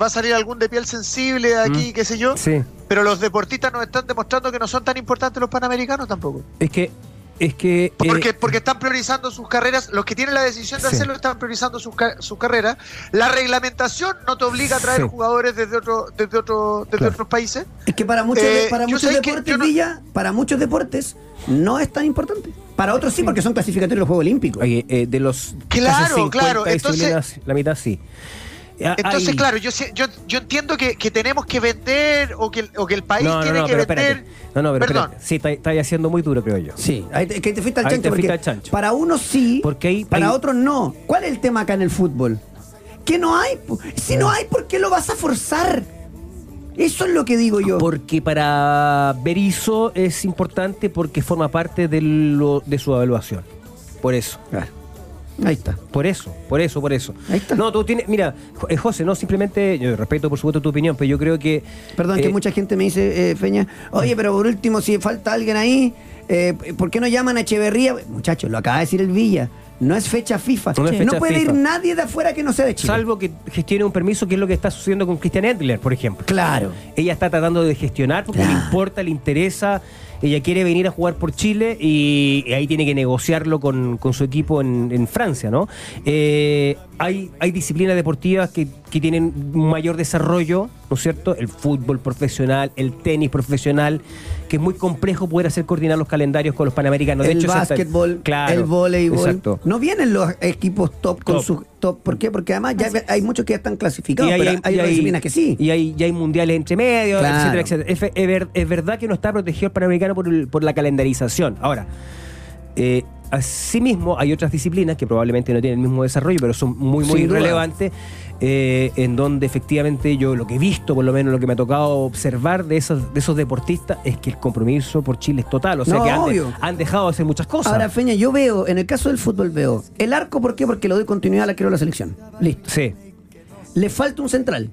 va a salir algún de piel sensible de aquí, qué sé yo.
Mm. sí.
Pero los deportistas nos están demostrando que no son tan importantes los panamericanos tampoco.
Es que... Es que... eh,
Porque, porque están priorizando sus carreras, los que tienen la decisión de
Sí.
hacerlo están priorizando sus, ca- sus carreras. La reglamentación no te obliga a traer
Sí.
jugadores desde, otro, desde, otro, desde
Claro.
otros países.
Es que para muchos, de-
Eh,
para
yo
muchos
sé que yo
deportes,
no-
Villa, para muchos deportes, no es tan importante. Para otros sí, porque son clasificatorios de los Juegos Olímpicos.
Oye, eh, de los casi
Claro,
50
claro,
disciplinas,
entonces-
la mitad sí. Ah,
Entonces,
hay-
claro, yo, sé- yo, yo entiendo que, que tenemos que vender o que, el- o que el país
no, no,
tiene
no,
que
pero
vender.
espérate. No, no, pero
Perdón.
espérate. Sí, está- está haciendo muy duro, creo yo.
Sí, ahí te, que te fuiste al
Ahí
chancho.
te fuiste
porque
al chancho.
Para unos sí,
Porque hay-
para
hay-
otros no. ¿Cuál es el tema acá en el fútbol? Que no hay. po. Si
Ah.
no hay, ¿por qué lo vas a forzar? Eso es lo que digo yo.
Porque para Berizzo es importante porque forma parte de, lo- de su evaluación. Por eso.
Claro. Ah. Ahí está.
Por eso, por eso, por eso.
Ahí está.
No, tú tienes. Mira, Jo- eh, José, no simplemente. Yo respeto, por supuesto, tu opinión, pero yo creo que.
Perdón,
eh,
que mucha gente me dice, eh, Feña, oye, pero por último, si falta alguien ahí, eh, ¿por qué no llaman a Echeverría? Muchachos, lo acaba de decir el Villa. No es fecha FIFA.
No
No,
es fecha
puede
FIFA.
ir nadie de afuera que no sea de Chile.
Salvo que gestione un permiso, que es lo que está sucediendo con Christian Edler, por ejemplo.
Claro.
Ella está tratando de gestionar porque le
Claro.
importa, le interesa. Ella quiere venir a jugar por Chile y y ahí tiene que negociarlo con, con su equipo en, en Francia, ¿no? Eh, hay, hay disciplinas deportivas que, que tienen un mayor desarrollo, ¿no es cierto? El fútbol profesional, el tenis profesional, que es muy complejo poder hacer coordinar los calendarios con los panamericanos. De
el
hecho, esa está-
básquetbol,
claro,
el voleibol.
Exacto.
No vienen los equipos top con
Top.
sus top. ¿Por qué? Porque además ya hay muchos que ya están clasificados,
Y
pero hay,
y
otras disciplinas que sí.
Y hay, y hay mundiales entre medio,
Claro.
etcétera, etcétera. Es, fe- es ver- es verdad que no está protegido el Panamericano por, el- por la calendarización. Ahora, eh, asimismo, hay otras disciplinas que probablemente no tienen el mismo desarrollo, pero son muy, muy
Sin duda.
relevantes, eh, en donde efectivamente yo lo que he visto, por lo menos lo que me ha tocado observar de esos, de esos deportistas, es que el compromiso por Chile es total. O sea
No,
que han, de-
obvio.
han dejado de hacer muchas cosas.
Ahora, Feña, yo veo, en el caso del fútbol veo, el arco, ¿por qué? Porque le doy continuidad al arquero de la selección. Listo.
sí,
Le falta un central.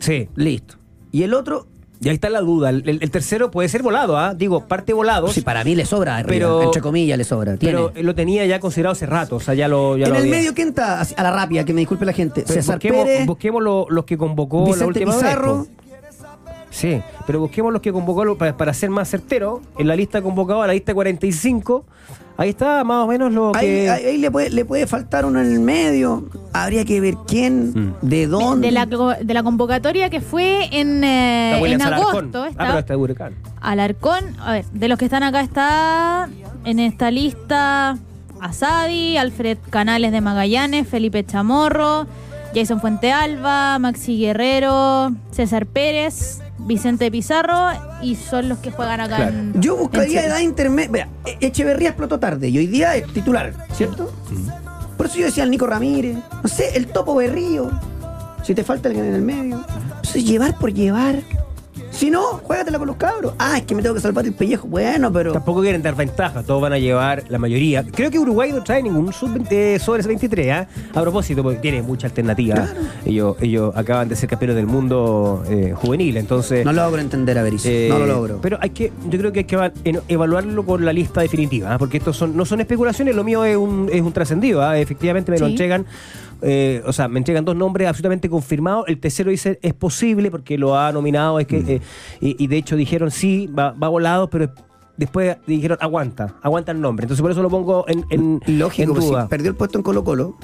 sí.
Listo. Y el otro,
Y ahí está la duda. El, el- el tercero puede ser volado, ¿ah? Digo, parte volado.
sí, para mí le sobra, arriba,
Pero-
entre comillas le sobra. Tiene.
Pero lo tenía ya considerado hace rato, o sea, ya lo. Ya
en
lo
el
había.
medio, ¿quién está? Así, A la rápida, que me disculpe la gente.
Pero
César
busquemos,
Pérez,
busquemos lo- los que convocó la
Vicente
última vez,
Pizarro.
po. Sí, pero busquemos los que convocó lo- para, para ser más certero. En la lista convocada, la lista 45, ahí está más o menos lo
Ahí,
que.
ahí- ahí le, puede, le puede faltar uno en el medio. Habría que ver
Mm.
quién, de dónde.
De la, de la convocatoria que fue en, eh,
está Williams
en
Alarcón.
agosto.
Ah, pero
Está
está de Huracán.
Alarcón, a ver, de los que están acá está en esta lista Asadi, Alfred Canales de Magallanes, Felipe Chamorro, Jason Fuente Alba, Maxi Guerrero, César Pérez, Vicente Pizarro y son los que juegan acá
Claro.
en-
Yo
en
buscaría
Chile.
edad intermedia. Mira, E- Echeverría explotó tarde y hoy día es titular, ¿cierto? Por eso yo decía el Nico Ramírez, no sé, el Topo Berrío, si te falta alguien en el medio. Entonces, llevar por llevar. Si no, juégatela con los cabros. Ah, es que me tengo que salvar el pellejo. Bueno, pero.
Tampoco quieren dar ventaja, todos van a llevar la mayoría. Creo que Uruguay no trae ningún sub eh, sobre ese 23, ¿ah? a propósito, porque tiene mucha alternativa. Ellos, ellos acaban de ser campeones del mundo eh, juvenil, entonces.
No logro entender a Berizzo.
Eh,
no lo logro.
Pero hay que, yo creo que hay que eva- en- evaluarlo con la lista definitiva, ¿ah? porque estos son, no son especulaciones, lo mío es un, es un trascendido. ¿ah? Efectivamente me lo
Sí.
entregan, eh, o sea, me entregan dos nombres absolutamente confirmados. El tercero dice es posible porque lo ha nominado, es que,
Mm.
eh, y, y de hecho dijeron sí, va, va volado, pero después dijeron aguanta, aguanta el nombre. Entonces por eso lo pongo en, en,
Lógico,
en
pues, si
duda.
perdió el puesto en Colo Colo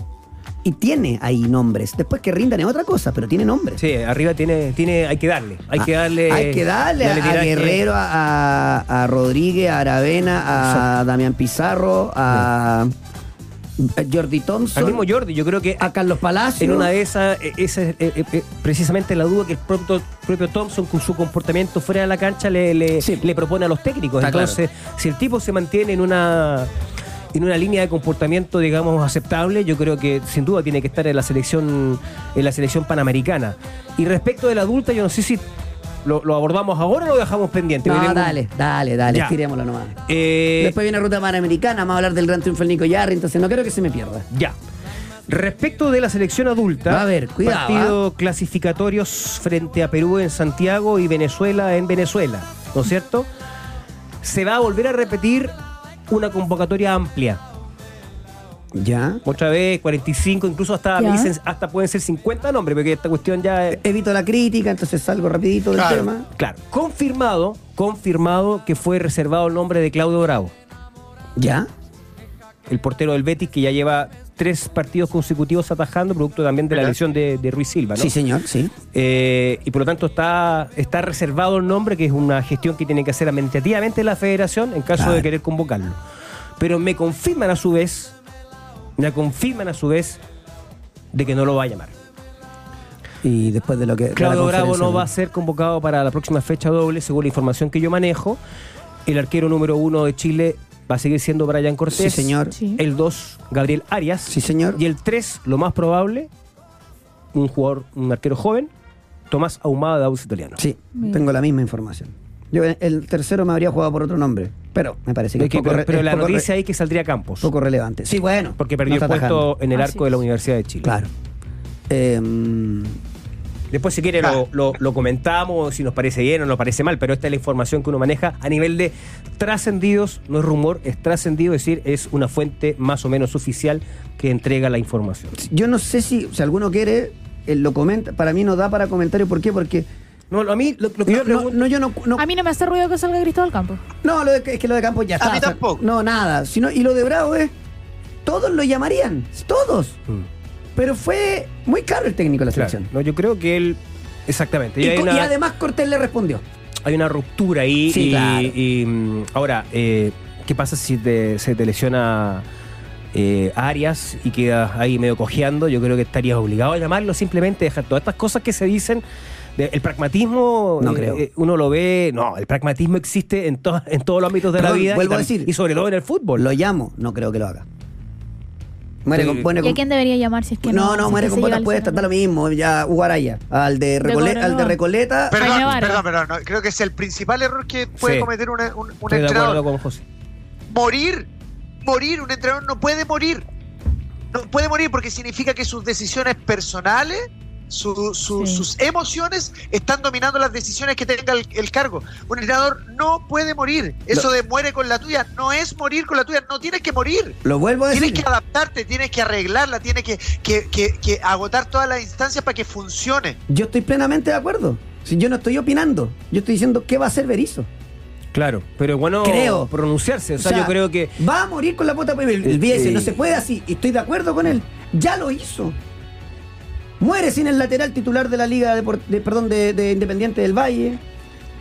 y tiene ahí nombres. Después que rindan es otra cosa, pero tiene nombres.
Sí, arriba tiene, tiene, hay que darle, hay que darle,
Ah, Hay que darle, a- a,
tiraje.
Guerrero, a, a- a Rodríguez, a Aravena, a Damián Pizarro, a, a Jordi
Al
Thompson,
mismo Jordi, yo creo que
a Carlos Palacio.
En una de esas, eh, esa es eh, eh, eh, precisamente la duda que el propio, propio Thompson, con su comportamiento fuera de la cancha, le, le,
Sí.
le propone a los técnicos.
Está
Entonces, si el tipo se mantiene en una en una línea de comportamiento, digamos, aceptable, yo creo que sin duda tiene que estar en la selección, en la selección panamericana. Y respecto de la adulta, yo no sé si lo, lo abordamos ahora o lo dejamos pendiente.
No,
Veremos-
dale, dale, dale,
Ya.
tirémoslo nomás.
Eh,
Después viene Ruta Panamericana, vamos a hablar del gran triunfo del Nico Yarri, entonces no creo que se me pierda.
Ya. Respecto de la selección adulta,
Va a haber, cuidado, ¿ah?
partido clasificatorios frente a Perú en Santiago y Venezuela en Venezuela, ¿no es cierto? Se va a volver a repetir una convocatoria amplia.
Ya.
Otra vez, 45, incluso hasta,
Ya.
dicen- hasta pueden ser 50 nombres, porque esta cuestión ya es,
Evito la crítica, entonces salgo rapidito del
Claro.
tema.
Claro, confirmado, confirmado que fue reservado el nombre de Claudio Bravo,
Ya.
el portero del Betis que ya lleva tres partidos consecutivos atajando, producto también de la
Ajá.
lesión de, de Ruiz Silva, ¿no?
Sí, señor, sí.
Eh, y por lo tanto está, está reservado el nombre, que es una gestión que tiene que hacer administrativamente la federación en caso
Claro.
de querer convocarlo. Pero me confirman a su vez, me confirman a su vez de que no lo va a llamar.
Y después de lo que. de la
Claudio Bravo
conferencia
no
de-
va a ser convocado para la próxima fecha doble, según la información que yo manejo. El arquero número uno de Chile va a seguir siendo Brian Cortés.
Sí, señor.
Sí.
El 2, Gabriel Arias.
Sí, señor.
Y el 3, lo más probable, un jugador, un arquero joven, Tomás Ahumada de Audax Italiano.
Sí,
Mira.
tengo la misma información. Yo eh, el tercero me habría jugado por otro nombre, pero me parece que
De
es
que-
poco,
pero
re-
pero
es
la
poco re-
noticia ahí que saldría Campos.
poco relevante. Sí, bueno.
porque
no
perdió
está
el puesto
atajando.
en el
Así
arco de la
es.
Universidad de Chile.
Claro. Em,
Después, si quiere, lo, lo- lo comentamos, si nos parece bien o nos parece mal, pero esta es la información que uno maneja a nivel de trascendidos, no es rumor, es trascendido, es decir, es una fuente más o menos oficial que entrega la información.
yo no sé si, si alguno quiere, eh, lo comenta. Para mí no da para comentario. ¿Por qué? Porque.
No, a mí lo, lo que yo
No, no,
pregunto-
no, yo no. no-
A mí no me hace ruido que salga Cristóbal Campo.
no, lo de- es que lo de Campos ya
A
está.
mí
o sea,
tampoco.
no, nada. Sino, y lo de Bravo es. Todos lo llamarían. Todos.
Mm,
Pero fue muy caro el técnico de la
claro.
selección.
No, yo creo que él. Exactamente.
Y,
hay,
co- y
una,
además Cortés le respondió.
hay una ruptura ahí.
Sí,
y,
claro.
y, mm, ahora, eh, ¿qué pasa si te- se te lesiona eh, Arias y quedas ahí medio cojeando? Yo creo que estarías obligado a llamarlo simplemente, dejar todas estas cosas que se dicen. de- el pragmatismo, eh,
No creo.
uno lo ve, no, el pragmatismo existe en, to- en todos los ámbitos de la
Perdón,
vida. y
vuelvo a
tam-
decir.
y sobre todo en el fútbol.
Pues Lo llamo, no creo que lo haga. Muere
Sí.
con, muere
¿Y a
con-
quién debería llamar si es que
no,
no?
no, muere con botas puestas, está lo mismo. Ya Ugaraya, al de, Recole-
Cobreloa.
al de Recoleta.
Pero- Ay,
Perdón,
Navarro.
perdón, perdón. no, creo que es el principal error que puede
Sí.
cometer una- un, un
Estoy de acuerdo
entrenador.
con José.
Morir, morir, un entrenador no puede morir. No puede morir porque significa que sus decisiones personales, su- su-
Sí.
sus emociones están dominando las decisiones que tenga el, el cargo. Un entrenador no puede morir. Eso de muere con la tuya no es morir con la tuya. No tienes que morir.
Lo vuelvo a
Tienes
decir.
que adaptarte, tienes que arreglarla, tienes que, que- que- que agotar todas las instancias para que funcione.
Yo estoy plenamente de acuerdo. Si yo no estoy opinando, yo estoy diciendo qué va a hacer Berizzo.
Claro, pero bueno,
Creo.
pronunciarse. O sea, yo creo que
Va a morir con la puta. El, el Villa dice,
Sí.
no se puede así. Y estoy de acuerdo con él. Ya lo hizo. Muere sin el lateral titular de la Liga de, Por- de- perdón, de, de Independiente del Valle.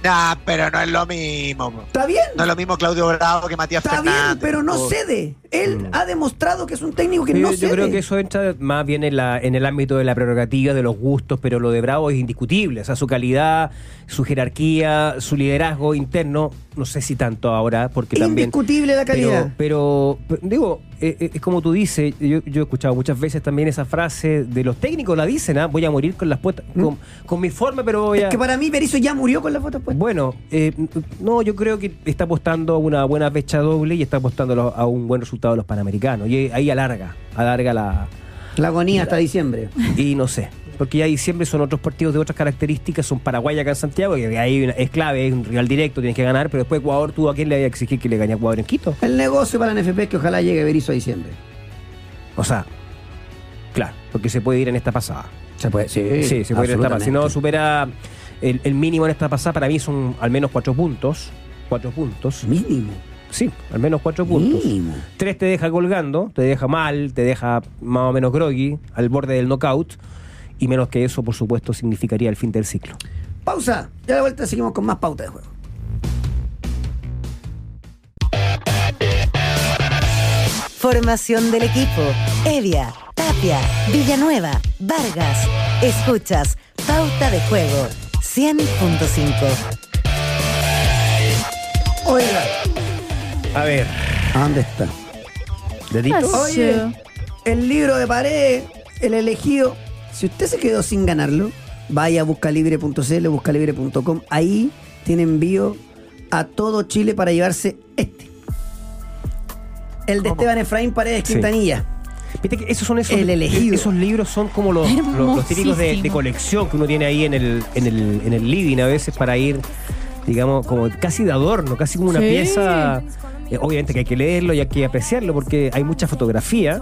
Nah, pero no es lo mismo. po.
Está bien.
No es lo mismo Claudio Bravo que Matías
Está bien,
Fernández. Oh.
pero no
po.
cede. Él ha demostrado que es un técnico que
yo,
no
Mm. yo
cede.
creo que eso entra más bien en, la- en el ámbito de la prerrogativa, de los gustos, pero lo de Bravo es indiscutible. O sea, su calidad, su jerarquía, su liderazgo interno, no sé si tanto ahora, porque también...
Indiscutible la calidad.
Pero, pero, pero, digo, eh, eh, es como tú dices, yo, yo he escuchado muchas veces también esa frase de los técnicos, la dicen, ah, voy a morir con las puestas, con, con mi forma, pero voy a...
¿Mm? Es que para mí Berizzo ya murió con la foto puesta.
Bueno, eh, no, yo creo que está apostando a una buena fecha doble y está apostando a lo- a un buen resultado de los Panamericanos. Y ahí alarga, alarga la,
La agonía hasta diciembre.
y no sé, porque ya diciembre son otros partidos de otras características, son Paraguay acá en Santiago, que ahí es clave, es un rival directo, tienes que ganar, pero después Ecuador, ¿tú a quién le vas a exigir que le gane a Ecuador en Quito?
El negocio para la NFP es que ojalá llegue Berizzo a diciembre.
O sea, claro, porque se puede ir en esta pasada.
Se puede, sí.
Sí, se puede ir en esta pasada. Si no
absolutamente.
supera el, el mínimo en esta pasada, para mí son al menos cuatro puntos. Cuatro puntos.
Mínimo.
Sí, al menos cuatro puntos.
Mínimo.
Tres te deja colgando, te deja mal, te deja más o menos groggy, al borde del knockout. Y menos que eso, por supuesto, significaría el fin del ciclo.
Pausa. Ya a la vuelta seguimos con más pauta de juego.
Formación del equipo. Evia, Tapia, Villanueva, Vargas. Escuchas Pauta de Juego 100.5.
Oiga.
A ver.
¿A dónde está?
Dedito.
Oye, el libro de pared, el elegido. Si usted se quedó sin ganarlo, vaya a buscalibre.cl, buscalibre.com. Ahí tiene envío a todo Chile para llevarse este. El de Esteban Efraín Paredes
Sí.
Quintanilla.
Viste que esos son esos,
El elegido.
esos libros son como los, los- los típicos de, de
Hermosísimo.
colección que uno tiene ahí en el, en el, en el living a veces para ir, digamos, como casi de adorno, casi como una
Sí.
pieza. Eh, obviamente que hay que leerlo y hay que apreciarlo porque hay mucha fotografía.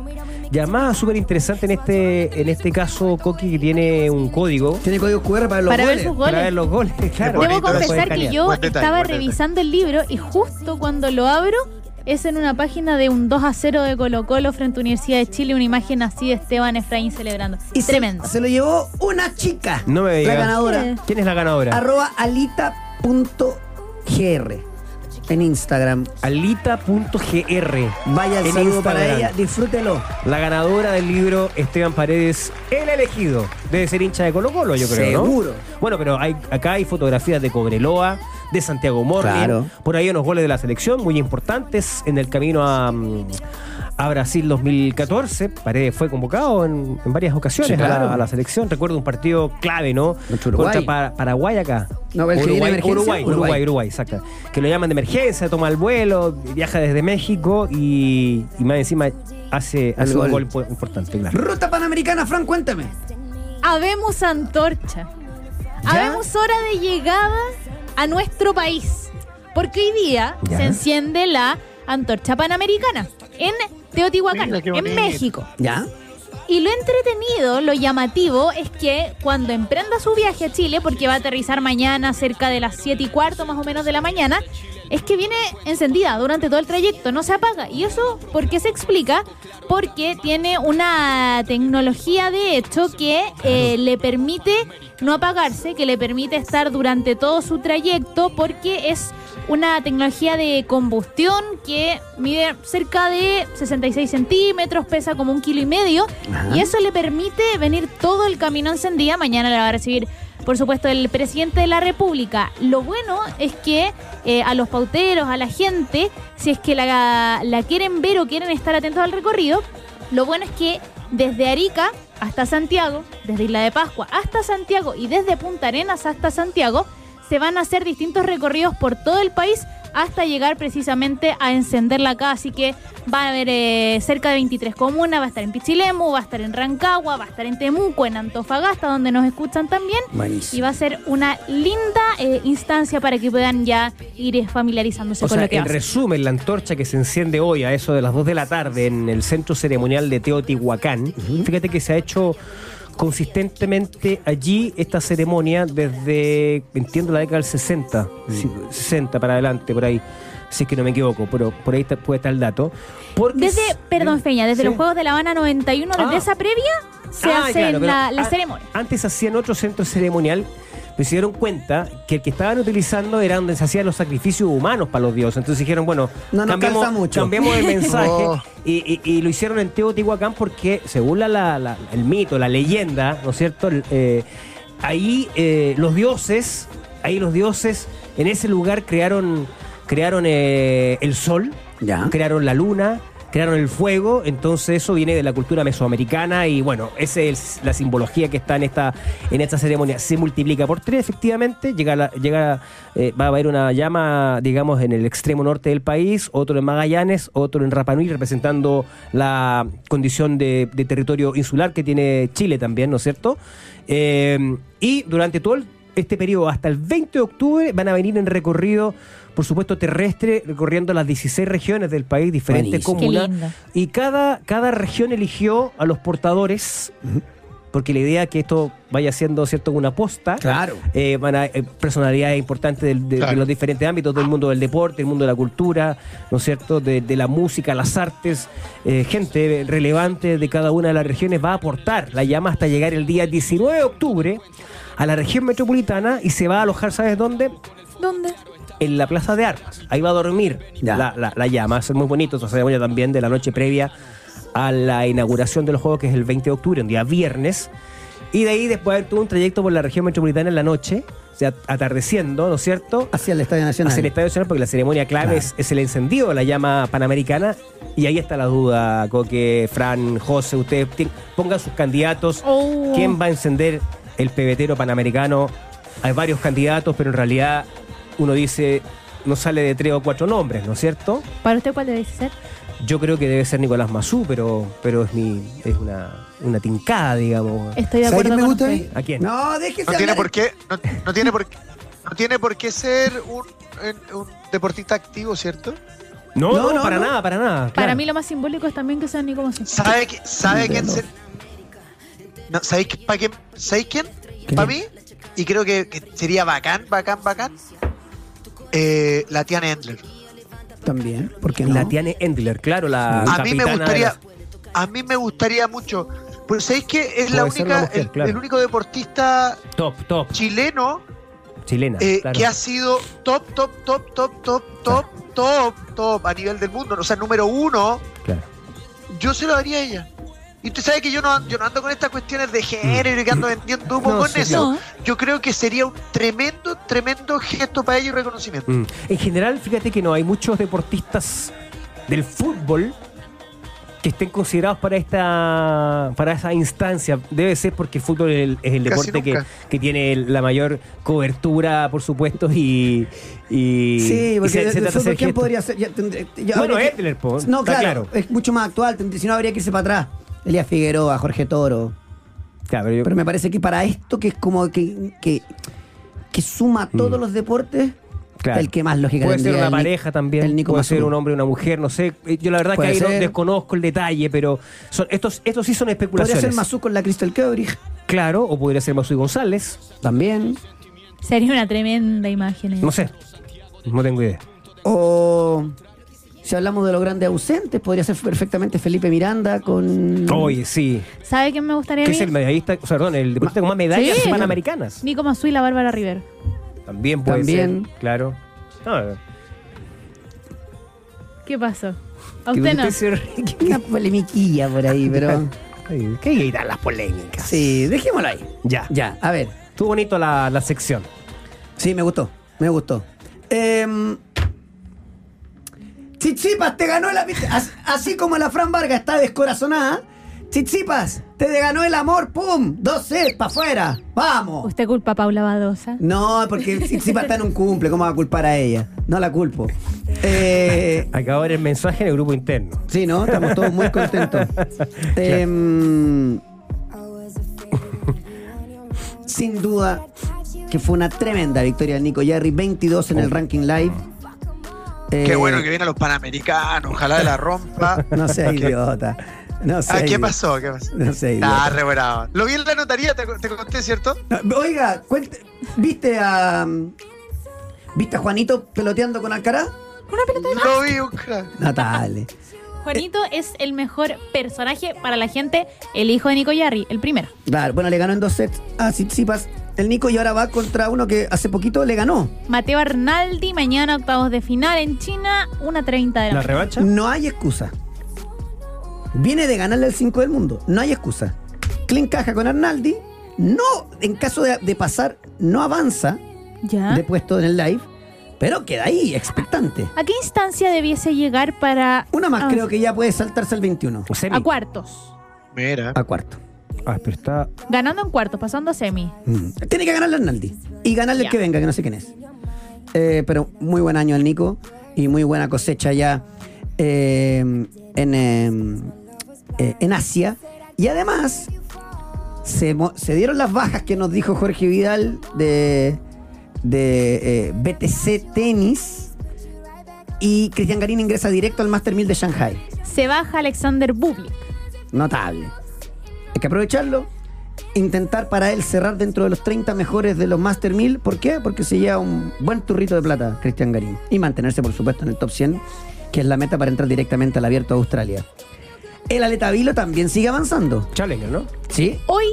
Y además súper interesante en este, en este caso, Coqui que tiene un código
Tiene código QR para los
Para ver
goles.
sus
para
goles.
ver los goles. Claro,
Debo
Bonito,
confesar
puedes
que
escanear.
yo
Buen detalle,
estaba
buen detalle.
revisando el libro y justo cuando lo abro es en una página de un 2 a 0 de Colo Colo frente a Universidad de Chile, una imagen así de Esteban Efraín celebrando.
Y se-
Tremendo.
Se, lo llevó una chica.
No me
La
digas.
ganadora.
Sí.
¿Quién es la ganadora?
Arroba alita.gr en Instagram.
Alita.gr.
Vaya el
En
saludo para
Instagram.
ella. Disfrútelo.
La ganadora del libro Esteban Paredes, el elegido. Debe ser hincha de Colo Colo, yo creo,
Seguro.
¿no? Bueno, pero hay, acá hay fotografías de Cobreloa, de Santiago Morgan.
Claro.
Por ahí unos goles de la selección muy importantes en el camino a, mm, a Brasil 2014. Paredes fue convocado en, en varias ocasiones
Sí, claro.
a, la, a la selección. Recuerdo un partido clave, ¿no?
Contra Uruguay.
Contra Pa- Paraguay acá.
No, pero es que
Uruguay,
viene emergencia.
Uruguay, Uruguay,
Uruguay.
Uruguay, exacto. Que lo llaman de emergencia, toma el vuelo, viaja desde México y, y más encima hace, hace un
gol.
gol po- importante, claro.
Ruta Panamericana, Fran, cuéntame.
Habemos antorcha.
¿Ya?
Habemos hora de llegada a nuestro país. Porque hoy día
Ya.
se enciende la antorcha panamericana en Teotihuacán,
Mira, qué
en
bonito.
México.
¿Ya?
Y lo entretenido, lo llamativo, es que cuando emprenda su viaje a Chile, porque va a aterrizar mañana cerca de las 7 y cuarto más o menos de la mañana, es que viene encendida durante todo el trayecto, no se apaga. ¿Y eso por qué se explica? Porque tiene una tecnología de hecho que eh, le permite no apagarse, que le permite estar durante todo su trayecto, porque es una tecnología de combustión que mide cerca de 66 centímetros, pesa como un kilo y medio,
Ajá.
y eso le permite venir todo el camino encendida. Mañana la va a recibir, por supuesto, el presidente de la República. Lo bueno es que eh, a los pauteros, a la gente, si es que la, la quieren ver o quieren estar atentos al recorrido, lo bueno es que desde Arica hasta Santiago, desde Isla de Pascua hasta Santiago y desde Punta Arenas hasta Santiago, se van a hacer distintos recorridos por todo el país hasta llegar precisamente a encenderla acá. Así que va a haber eh, cerca de 23 comunas, va a estar en Pichilemu, va a estar en Rancagua, va a estar en Temuco, en Antofagasta, donde nos escuchan también. Y
Buenísimo.
va a ser una linda eh, instancia para que puedan ya ir eh, familiarizándose
O
con
sea,
lo que
en
va a ser.
resumen, la antorcha que se enciende hoy a eso de las 2 de la tarde en el centro ceremonial de Teotihuacán, fíjate que se ha hecho consistentemente allí esta ceremonia desde, entiendo, la década del 60, sí, 60 para adelante, por ahí, si es que no me equivoco, pero por ahí está- puede estar el dato. Porque
Desde,
s-
perdón, Feña, desde
Sí.
los Juegos de La Habana 91, desde
Ah.
esa previa, se
Ah,
hace
claro, pero
la, la
a-
ceremonia.
Antes hacían otro centro ceremonial, pero se dieron cuenta que el que estaban utilizando era donde se hacían los sacrificios humanos para los dioses. Entonces dijeron, bueno,
No nos
cambiamos,
calza mucho.
cambiamos el mensaje
Oh.
y, y- y lo hicieron en Teotihuacán porque, según la- la- la- el mito, la leyenda, ¿no es cierto? El- eh, ahí eh, los dioses, ahí los dioses en ese lugar crearon, crearon eh, el sol
¿Ya?
crearon la luna, crearon el fuego, entonces eso viene de la cultura mesoamericana y bueno, esa es la simbología que está en esta, en esta ceremonia. Se multiplica por tres, efectivamente, llega, la- llega eh, va a haber una llama, digamos, en el extremo norte del país, otro en Magallanes, otro en Rapanui, representando la condición de, de territorio insular que tiene Chile también, ¿no es cierto? Eh, y durante todo el este periodo hasta el 20 de octubre van a venir en recorrido, por supuesto, terrestre, recorriendo las 16 regiones del país, diferentes
Buenísimo.
Qué
comunas.
lindo.
Y cada, cada región eligió a los portadores, porque la idea es que esto vaya siendo, ¿cierto?, una posta.
Claro.
Eh, van a, eh, personalidades importantes del- de, de
Claro.
los diferentes ámbitos del mundo del deporte, del mundo de la cultura, ¿no es cierto?, de, de la música, las artes, eh, gente relevante de cada una de las regiones va a aportar la llama hasta llegar el día 19 de octubre a la región metropolitana y se va a alojar, ¿sabes dónde?
¿Dónde?
en la Plaza de Armas. Ahí va a dormir
Ya.
la, la- la llama. Va a ser muy bonito esa ceremonia también de la noche previa a la inauguración de los Juegos, que es el 20 de octubre, un día viernes. Y de ahí después haber tuvo un trayecto por la región metropolitana en la noche, o sea, atardeciendo, ¿no es cierto?
Hacia el Estadio Nacional.
Hacia el Estadio Nacional, porque la ceremonia clave
Claro.
es, es el encendido de la llama panamericana. Y ahí está la duda, Coque, Fran, José, ustedes tien- pongan sus candidatos.
Oh.
¿Quién va a encender el pebetero panamericano? Hay varios candidatos, pero en realidad uno dice, no sale de tres o cuatro nombres, ¿no es cierto?
¿Para usted cuál debe ser?
Yo creo que debe ser Nicolás Mazú, pero, pero es mi es una, una tincada, digamos.
Estoy de
¿Sabe
acuerdo
quién me
con
gusta a
usted.
mí?
¿A quién?
No, déjese
No tiene
hablar.
por qué, no, no tiene por qué, no tiene por qué ser un, en- un deportista activo, ¿cierto?
No,
No,
no,
no,
para
no.
nada, para nada.
Para
claro.
mí lo más simbólico es también que sea Nico Mazú.
¿Sabe, que- sabe
Entiendo.
quién ser? No, ¿Sabéis que- pa' quién? ¿Sabéis quién?
¿Quién?
Para mí, y creo que, que sería bacán, bacán, bacán, eh, la tía Endler.
También, porque no.
La tiene Endler, claro, la
A mí
capitana
me
de
gustaría,
las-
a mí me gustaría mucho, porque ¿sabéis que es la
Puede ser una
única,
mujer,
el-
claro.
el único deportista
Top, top,
chileno
chilena.
eh,
claro.
que ha sido top, top, top, top, top, top, top, top a nivel del mundo. O sea, número uno,
Claro.
yo se lo daría a ella. Y usted sabe que yo no, an- yo no ando con estas cuestiones de género y que ando vendiendo humo
Mm. No,
con
sí,
eso.
claro.
Yo creo que sería un tremendo, tremendo gesto para ella y reconocimiento.
Mm. En general, fíjate que no hay muchos deportistas del fútbol que estén considerados para esta para esa instancia. Debe ser porque el fútbol es el, es el
Casi
deporte que,
nunca.
que tiene la mayor cobertura, por supuesto, y, y-
Sí,
y
porque
se-
de- de
se trata de
fútbol,
hacer
¿quién
gestos.
podría ser? Ya tendré- ya
Bueno,
habría que-
Edler, po,
No,
está
claro,
claro.
Es mucho más actual. tendría- Si no, habría que irse para atrás. Elías Figueroa, Jorge Toro.
Claro, pero yo-
Pero me parece que para esto, que es como que, que, que suma todos los deportes,
Mm. Claro.
el que más lógica
Puede ser
tendría
una
el Nic-
pareja también,
El Nico
puede
Mazú.
ser un hombre y una mujer, no sé. Eh, Yo la verdad que
Puede
ahí no-
ser.
desconozco el detalle, pero son, estos, estos sí son
Podría
especulaciones.
ser Mazú con la Crystal Kebrich.
Claro, o podría ser Masu y González,
También.
Sería una tremenda imagen. eh.
no sé. No tengo idea.
O si hablamos de los grandes ausentes, podría ser perfectamente Felipe Miranda con.
Oye, sí.
¿Sabe quién me gustaría a
Que
mí?
es el medallista, o sea, perdón, el deportista con más medallas
Sí.
panamericanas.
Nico Mazú y la Bárbara River.
También puede
También.
ser. Claro. Ah,
¿Qué pasó? A
que
usted no.
Una polemiquilla por ahí, pero.
Ay, ¿Qué irán las polémicas?
Sí, dejémoslo ahí.
Ya.
Ya, a ver.
Estuvo bonito la, la sección.
Sí, me gustó, me gustó. Em, Chichipas, te ganó la... as- Así como la Fran Vargas está descorazonada, Chichipas, te ganó el amor, ¡pum! 2-0, para afuera, vamos.
Usted culpa a Paula Badosa.
No, porque Chichipas está en un cumple, ¿cómo va a culpar a ella? No la culpo. Eh,
Acabo de ver el mensaje en el grupo interno.
sí, ¿no? Estamos todos muy contentos. Em, sin duda que fue una tremenda victoria de Nico Jarry, 22 en el ranking live.
Oh. Qué
Mm.
Eh,
bueno que vienen los panamericanos, ojalá la rompa.
No seas idiota. No
Ah,
seas
¿Qué
idiota.
pasó? ¿Qué pasó?
No seas
Nah,
idiota.
re bravo. Lo vi en la notaría, te, te conté, ¿cierto?
No, Oiga, cuente- ¿viste a. mm, ¿Viste a Juanito peloteando con Alcaraz?
Una pelota de
Lo vi, un crack.
Natale.
Juanito es el mejor personaje para la gente, el hijo de Nico Yarri, el primero.
Claro, bueno, le ganó en dos sets a Tsitsipas el Nico y ahora va contra uno que hace poquito le ganó.
Mateo Arnaldi, mañana octavos de final en China, 1.30 de la
¿La
mañana.
revancha?
No hay excusa. Viene de ganarle al 5 del mundo. No hay excusa. Clean caja con Arnaldi. No, en caso de, de pasar, no avanza
¿Ya?
de puesto en el live, pero queda ahí, expectante.
¿A qué instancia debiese llegar para...
Una más,
avanzar?
creo que ya puede saltarse al 21.
Semi.
A cuartos.
Mira.
A cuarto.
Ah, pero está.
Ganando en cuartos, pasando a semi.
Mm. Tiene que ganarle a Arnaldi. Y ganarle
Ya.
el que venga, que no sé quién es. Eh, pero muy buen año al Nico. Y muy buena cosecha ya eh, en, eh, eh, en Asia. Y además, se, mo- se dieron las bajas que nos dijo Jorge Vidal de, de eh, BTC Tenis. Y Cristian Garín ingresa directo al Master 1000 de Shanghai.
Se baja Alexander Bublik.
notable. Hay que aprovecharlo, intentar para él cerrar dentro de los 30 mejores de los Master 1000. ¿Por qué? Porque se lleva un buen turrito de plata, Cristian Garín. Y mantenerse, por supuesto, en el top 100, que es la meta para entrar directamente al abierto de Australia. El Aleta Vilo también sigue avanzando,
Challenger, ¿no?
¿sí?
Hoy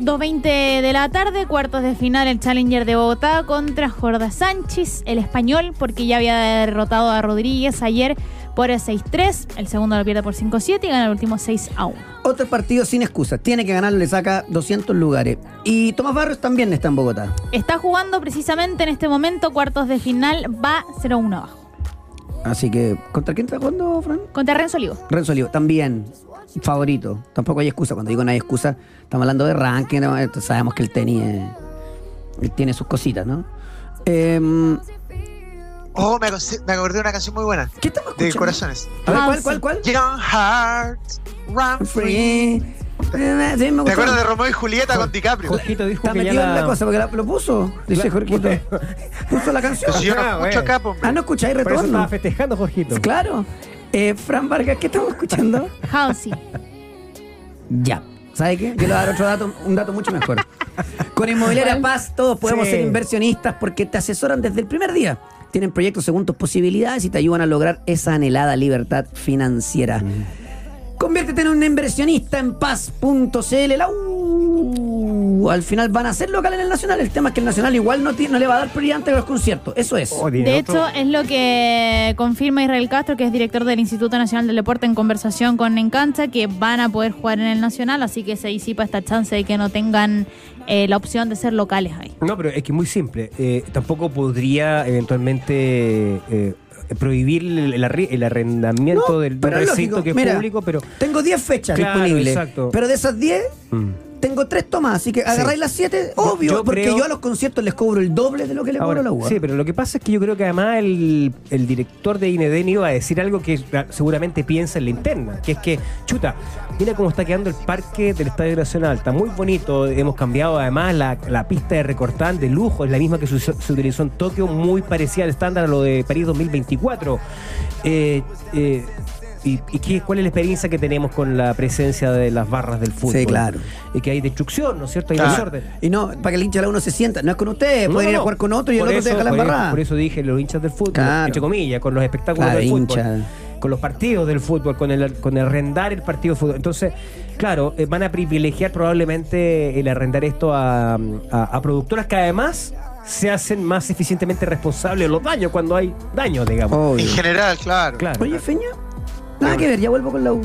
2.20 de la tarde, cuartos de final, el Challenger de Bogotá contra Jorda Sánchez, el español, porque ya había derrotado a Rodríguez ayer por el 6-3, el segundo lo pierde por 5-7 y gana el último 6-1.
Otro partido sin excusas. Tiene que ganar, le saca 200 lugares. Y Tomás Barros también está en Bogotá.
Está jugando precisamente en este momento, cuartos de final, va 0-1 abajo.
Así que, ¿contra quién está jugando, Fran?
Contra Renzo Olivo.
Renzo Olivo, también favorito. Tampoco hay excusa. Cuando digo no hay excusa, estamos hablando de ranking. ¿no? Entonces, Sabemos que el tenis eh, él tiene sus cositas, ¿no? Em,
Oh, me, acordé- me acordé de una canción muy buena.
¿Qué estamos
De
escuchando?
corazones.
A ver,
Ah,
¿cuál, cuál, cuál?
Young Heart, Run Free.
Free. Eh, sí, me
¿Te
gustó.
acuerdas de Romeo y Julieta con DiCaprio?
Jorgito dijo
Está
que ya
metido en la
la...
cosa porque la- lo puso, dice
Claro.
Jorgito. Puso la canción.
Pero si yo no
Ah,
escucho
bueno.
acá, pues.
Ah, no escucháis
Por eso
retorno.
estaba festejando, Jorgito.
Claro. Eh, Fran Vargas, ¿qué estamos escuchando?
Halsey.
Ya. ¿Sabe qué? Yo le voy a dar otro dato, un dato mucho mejor. Con Inmobiliaria Paz todos podemos
Sí.
ser inversionistas porque te asesoran desde el primer día. Tienen proyectos según tus posibilidades y te ayudan a lograr esa anhelada libertad financiera. Conviértete en un inversionista en paz.cl. La U. Al final van a ser local en el Nacional. El tema es que el Nacional igual no, tiene- no le va a dar prioridad ante los conciertos. Eso es.
Oh, tiene
De
otro-
hecho, es lo que confirma Israel Castro, que es director del Instituto Nacional del Deporte, en conversación con Encancha, que van a poder jugar en el Nacional, así que se disipa esta chance de que no tengan eh, la opción de ser locales ahí.
No, pero es que es muy simple. Eh, tampoco podría eventualmente eh, prohibir el, el arri- el arrendamiento del, del
pero es
recinto
lógico.
que es
Mira,
público, pero.
Tengo 10 fechas
Claro,
disponibles.
exacto.
Pero de esas 10,
Mm.
Tengo tres tomas, así que agarráis las siete, obvio,
Yo
porque
creo-
yo a los conciertos les cobro el doble de lo que le cobro
Ahora,
a la ¿eh? UA.
sí, pero lo que pasa es que yo creo que además el, el director de INEDEN iba a decir algo que ah, seguramente piensa en la interna, que es que, chuta, mira cómo está quedando el parque del Estadio Nacional, está muy bonito, hemos cambiado además la, la pista de recortán de lujo, es la misma que se, usó- se utilizó en Tokio, muy parecida al estándar a lo de París 2024. Eh, eh, ¿Y, y qué- cuál es la experiencia que tenemos con la presencia de las barras del fútbol?
Sí, claro.
Y que hay destrucción, ¿no es cierto? Hay
Claro.
desorden.
Y no, para que el hincha de la uno se sienta, no es con ustedes,
No,
pueden Eh,
no,
ir a
no.
jugar con otro y el
Por
otro te
eso-
deja la
por-
embarrada.
Por eso dije, los hinchas del fútbol,
Claro.
entre comillas, con los espectáculos
Claro,
del fútbol.
hincha.
Con los partidos del fútbol, con el, con el arrendar el partido de fútbol. Entonces, claro, eh, van a privilegiar probablemente el arrendar esto a, a- a productoras que además se hacen más eficientemente responsables de los daños cuando hay daños, digamos.
Obvio.
En general, claro.
Claro.
Oye, Feña, nada que ver, ya vuelvo con la U.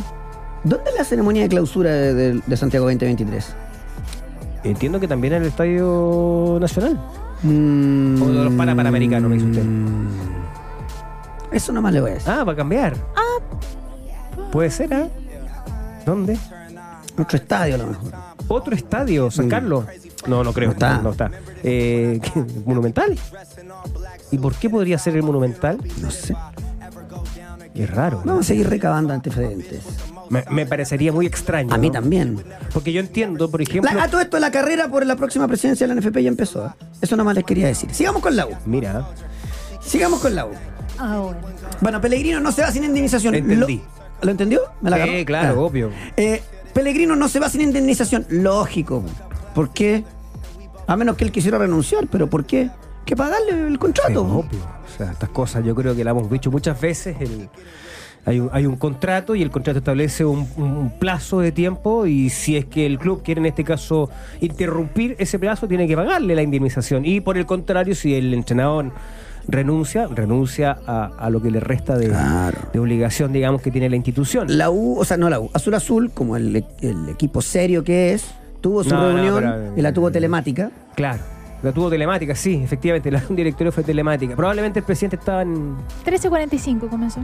¿Dónde es la ceremonia de clausura de, de- de Santiago 2023?
Entiendo que también en el Estadio Nacional.
Mm,
O de los para panamericanos, me dice usted.
Eso nomás le voy a decir.
Ah, va a cambiar. Puede ser, ¿ah? ¿Dónde?
Otro estadio a lo mejor.
otro estadio, San
Mm.
Carlos. No, no creo.
No está.
No está. Eh, ¿qué? ¿Monumental? ¿Y por qué podría ser el Monumental?
No sé.
Es raro. ¿no?
Vamos a seguir recabando antecedentes.
Me, me parecería muy extraño.
A mí
¿no?
también.
Porque yo entiendo, por ejemplo.
La- a todo esto, la carrera por la próxima presidencia de la NFP ya empezó. ¿eh? Eso nomás les quería decir. Sigamos con la U.
Mira,
Sigamos con la U.
Ah, bueno.
Bueno, Pellegrino no se va sin indemnización.
Entendí.
¿Lo, ¿lo entendió? ¿Me la
Sí,
agarró?
claro,
Ah.
obvio.
Eh, Pellegrino no se va sin indemnización. Lógico. ¿Por qué? A menos que él quisiera renunciar, pero ¿por qué? Que pagarle el
es
contrato.
obvio. O sea, estas cosas yo creo que las hemos dicho muchas veces. el- hay, un, hay un contrato y el contrato establece un, un plazo de tiempo y si es que el club quiere en este caso interrumpir ese plazo, tiene que pagarle la indemnización. Y por el contrario, si el entrenador renuncia, renuncia a, a lo que le resta de,
Claro.
de obligación, digamos, que tiene la institución.
La U, o sea, no la U, Azul Azul, como el, el equipo serio que es, tuvo su
No, no,
reunión
pero- eh,
y la tuvo telemática.
Claro. La tuvo telemática, sí, efectivamente, la un directorio fue telemática. Probablemente el presidente estaba en... no sé,
13.45 comenzó.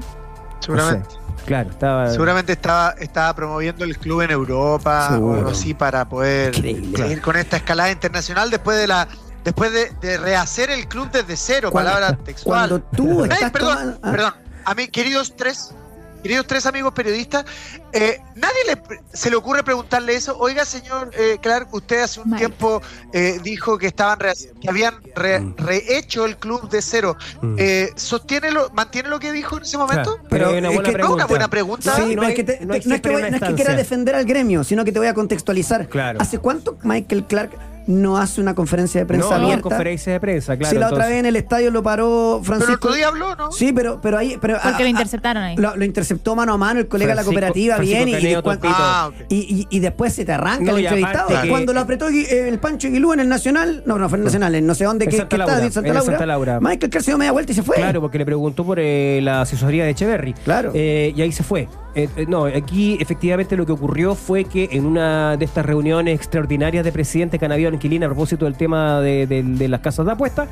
Seguramente.
claro, estaba...
Seguramente estaba, estaba promoviendo el club en Europa
Seguro.
o algo así para poder
Increíble.
seguir con esta escalada internacional después de la después de, de rehacer el club desde cero,
Cuando-
palabra textual.
cuando tú
Ey,
estás
perdón,
tomando- ah.
perdón. A mí, queridos tres, queridos tres amigos periodistas, eh, nadie le pre- se le ocurre preguntarle eso. Oiga, señor eh, Clark, usted hace un
Mal.
tiempo eh, dijo que estaban re- que habían re-
Mm.
rehecho el club de cero.
Mm.
Eh, ¿Sostiene lo, mantiene lo que dijo en ese momento?
Claro, pero
Pero
es una
es
buena
que-
No, una
pregunta.
buena pregunta.
Sí, no,
no
es
hay-
que, te-
no hay
te- no es que
siempre
voy-
una
no es que
instancia.
quiera defender al gremio, sino que te voy a contextualizar.
Claro.
¿Hace cuánto Michael Clark no hace una conferencia de prensa
no,
abierta.
conferencia de prensa, claro.
si la otra
entonces-
vez en el estadio lo paró
Pero
Francisco.
el otro día habló, ¿no?
Sí, pero, pero ahí. Pero, ah,
Porque lo
ah,
interceptaron ahí.
Lo, lo interceptó mano a mano el colega de la
Francisco-
cooperativa,
Francisco
bien, y, y
Caneo,
después-
Tompito.
Ah, ok.
y- y- y después se te arranca
No,
el
y aparte
entrevistado.
que-
Cuando lo apretó Gui- eh, el Pancho Aguilú en el Nacional, no, no fue en el Nacional, en no sé dónde,
En
que,
Santa
que
Laura,
estaba, en Santa
en
Laura,
Santa Laura.
Michael Kerr se dio media vuelta y se fue.
Claro, porque le preguntó por eh, la asesoría de Echeverry.
Claro.
Eh, y ahí se fue. Eh, eh, no, aquí efectivamente lo que ocurrió fue que en una de estas reuniones extraordinarias de presidentes que han habido en Quilín a propósito del tema de, de- de las casas de apuestas,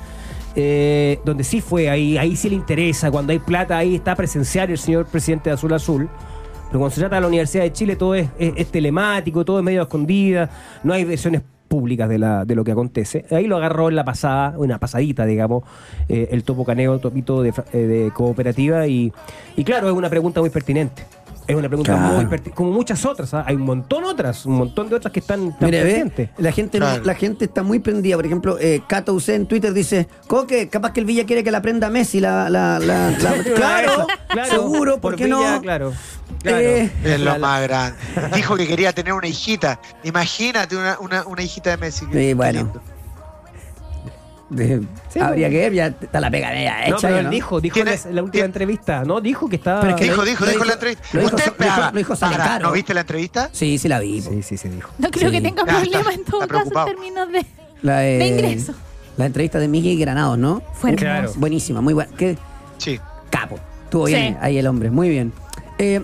eh, donde sí fue, ahí, ahí sí le interesa, cuando hay plata ahí está presencial el señor presidente de Azul Azul. Pero cuando se trata de la Universidad de Chile todo es, es- es telemático, todo es medio a escondida, no hay versiones públicas de, la, de lo que acontece. Ahí lo agarró en la pasada, una pasadita, digamos, eh, el topo caneo, el topito de, fra- eh, de cooperativa y, y claro, es una pregunta muy pertinente. Es una pregunta
Claro.
muy pertinente, como muchas otras, ¿ah? hay un montón otras, un montón de otras que están tan
Mire,
presentes.
ve, la gente, no-
Claro.
la gente está muy prendida. Por ejemplo, eh, Cato Ucé en Twitter dice, Coque, capaz que el Villa quiere que la prenda Messi. La, la, la, la-
Una de
claro,
esas, claro,
seguro,
por
porque
Villa,
no?
Claro, claro.
Eh,
Es lo
La- la-
más grande. Dijo que quería tener una hijita. Imagínate una, una, una hijita de Messi.
Sí, bueno.
Lindo.
de-
Sí,
habría
pues.
que ver, ya está la pega media hecha.
No, pero
ya,
él
¿no?
dijo, dijo en
Tiene-
la, en la última
tiene-
entrevista, ¿no? Dijo que estaba...
Pero es que
Dijo,
lo-
dijo,
lo dijo-
dijo en la entrevista.
lo dijo-
¿Usted
lo dijo-
esperaba?
lo dijo Sara
Para,
Caro.
¿No viste la entrevista?
Sí, sí la vi. pues. po.
Sí, sí, se dijo.
No creo
Sí.
que tenga
Ya, está-
problema en todo
está
caso en
preocupado.
términos de.
La,
De
eh,
ingreso.
La entrevista de Miguel Granados, ¿no?
Fue hermoso.
Claro.
Buenísima, muy buena. Qué
Sí.
capo. Estuvo bien
Sí.
ahí el hombre, muy bien. Eh,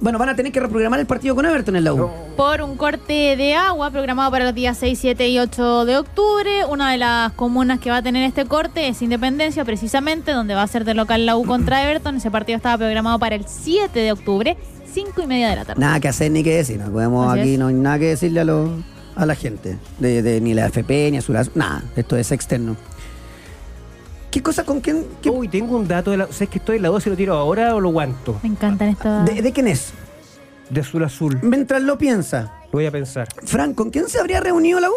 bueno, van a tener que reprogramar el partido con Everton en la U.
por un corte de agua programado para los días 6, 7 y 8 de octubre. Una de las comunas que va a tener este corte es Independencia, precisamente, donde va a ser de local la U contra Everton. Ese partido estaba programado para el 7 de octubre, 5 y media de la tarde.
Nada que hacer ni que decir. No podemos
Así
aquí,
es.
no hay nada que decirle a, los- a la gente. De, de- ni la FP, ni a su Nada, esto es externo. ¿Qué cosa con quién? qué-
Uy, tengo un dato de la... ¿Sabes que estoy en la 12 y lo tiro ahora o lo aguanto?
Me encantan estas.
de, de quién es?
De azul a azul.
Mientras lo piensa.
Lo voy a pensar.
Fran, ¿con quién se habría reunido la U?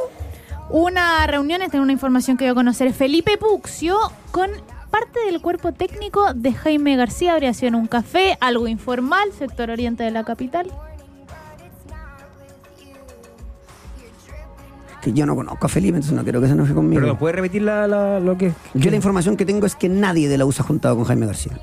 Una reunión, esta es una información que voy a conocer. Felipe Puxio con parte del cuerpo técnico de Jaime García. Habría sido en un café, algo informal, sector oriente de la capital.
Que yo no conozco a Felipe, entonces no quiero que se enoje conmigo.
Perdón, ¿puedes repetir la, la- lo que.?
yo la información que tengo es que nadie de la U se ha juntado con Jaime García.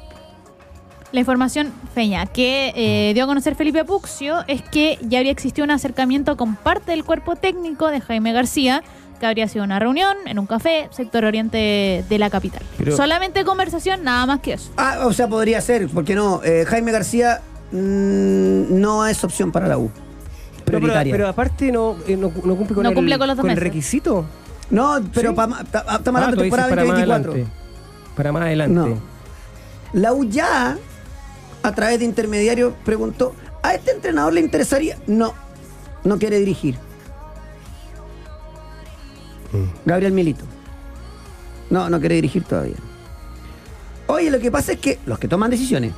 La información, Feña, que eh, dio a conocer Felipe Puxio es que ya habría existido un acercamiento con parte del cuerpo técnico de Jaime García, que habría sido una reunión en un café, sector oriente de la capital.
Pero-
Solamente conversación, nada más que eso.
Ah, o sea, podría ser, porque no? Eh, Jaime García mm, no es opción para la U.
No, pero,
Prioritaria.
pero aparte no, eh, no, no cumple con
No
el,
cumple con los dos
el
meses.
requisito.
No, pero
Sí.
pa- ma- ta- estamos
Ah,
hablando
tú
de
dices
temporada
para más
2024.
adelante. Para más adelante.
No. La U ya, a través de intermediarios, preguntó, ¿a este entrenador le interesaría? No, no quiere dirigir. Gabriel Milito. No, no quiere dirigir todavía. Oye, lo que pasa es que los que toman decisiones,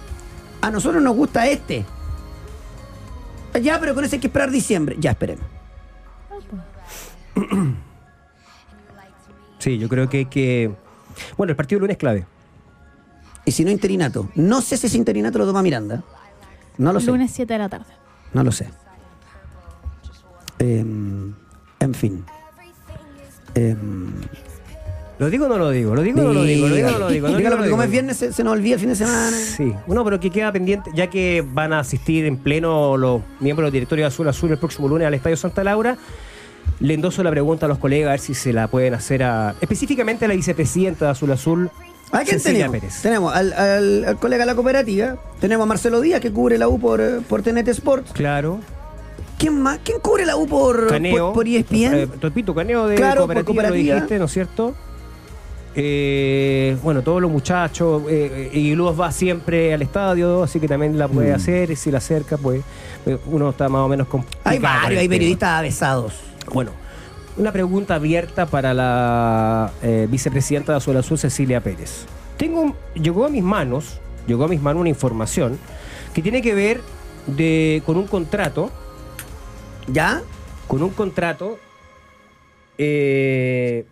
a nosotros nos gusta este. Ya, pero con ese hay que esperar diciembre. Ya, esperemos.
Sí, yo creo que, que. Bueno, el partido del lunes es clave.
Y si no, interinato. No sé si ese interinato lo toma Miranda. No lo sé.
Lunes 7 de la tarde.
No lo sé. Em, en fin. Em,
¿Lo digo o no lo digo? ¿Lo digo o no lo digo? ¿Lo digo o no lo digo? No,
Dígalo,
no
porque
lo
como es
digo.
viernes se, se nos olvida el fin de semana.
Sí. Bueno, pero que queda pendiente, ya que van a asistir en pleno los miembros del directorio de Azul Azul el próximo lunes al Estadio Santa Laura. Le endoso la pregunta a los colegas a ver si se la pueden hacer a, específicamente a la vicepresidenta de Azul Azul.
¿A quién
Cecilia
tenemos?
Pérez.
Tenemos al, al- al colega de la cooperativa, tenemos a Marcelo Díaz que cubre la U por, eh, por TNT Sports.
Claro.
¿Quién más? ¿Quién cubre la U por,
Caneo.
por, E por ESPN?
eh, Topito, Caneo de
Claro, por
cooperativa,
cooperativa.
lo dijiste, ¿no es cierto? Eh, bueno, todos los muchachos, eh, eh, y Luz va siempre al estadio, así que también la puede hacer, y si la acerca, pues eh, uno está más o menos complicado.
Mm. hay
con el
varios, hay
tema.
periodistas avesados.
Bueno, una pregunta abierta para la eh, vicepresidenta de Azul Azul, Cecilia Pérez. Tengo, un- llegó a mis manos, llegó a mis manos una información que tiene que ver de, con un contrato,
¿Ya?
con un contrato eh,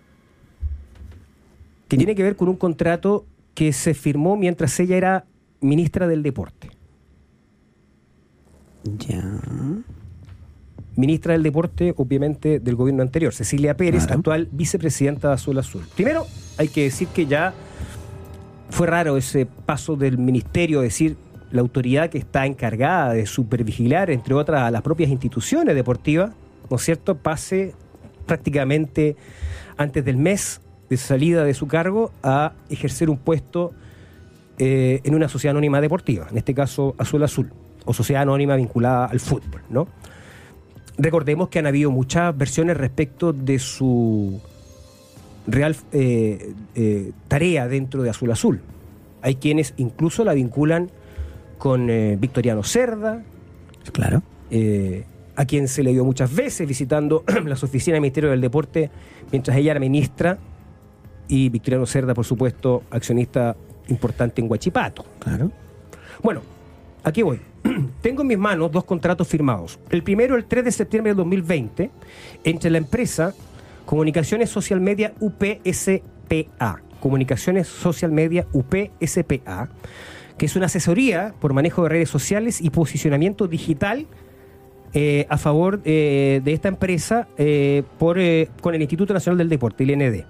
que tiene que ver con un contrato que se firmó mientras ella era ministra del deporte.
Ya.
ministra del Deporte, obviamente, del gobierno anterior, Cecilia Pérez,
Claro.
actual vicepresidenta de Azul Azul. Primero, hay que decir que ya fue raro ese paso del ministerio, decir la autoridad que está encargada de supervigilar, entre otras, a las propias instituciones deportivas, ¿no es cierto?, pase prácticamente antes del mes de salida de su cargo a ejercer un puesto eh, en una sociedad anónima deportiva, en este caso Azul Azul, o sociedad anónima vinculada al fútbol, ¿no? Recordemos que han habido muchas versiones respecto de su real eh, eh, tarea dentro de Azul Azul. Hay quienes incluso la vinculan con eh, Victoriano Cerda,
Claro.
eh, a quien se le vio muchas veces visitando las oficinas del Ministerio del Deporte mientras ella era ministra y Victoriano Cerda, por supuesto, accionista importante en Huachipato.
Claro.
Bueno, aquí voy. Tengo en mis manos dos contratos firmados. El primero el 3 de septiembre del 2020 entre la empresa Comunicaciones Social Media UPSPA. Comunicaciones Social Media UPSPA, que es una asesoría por manejo de redes sociales y posicionamiento digital eh, a favor eh, de esta empresa eh, por, eh, con el Instituto Nacional del Deporte, el IND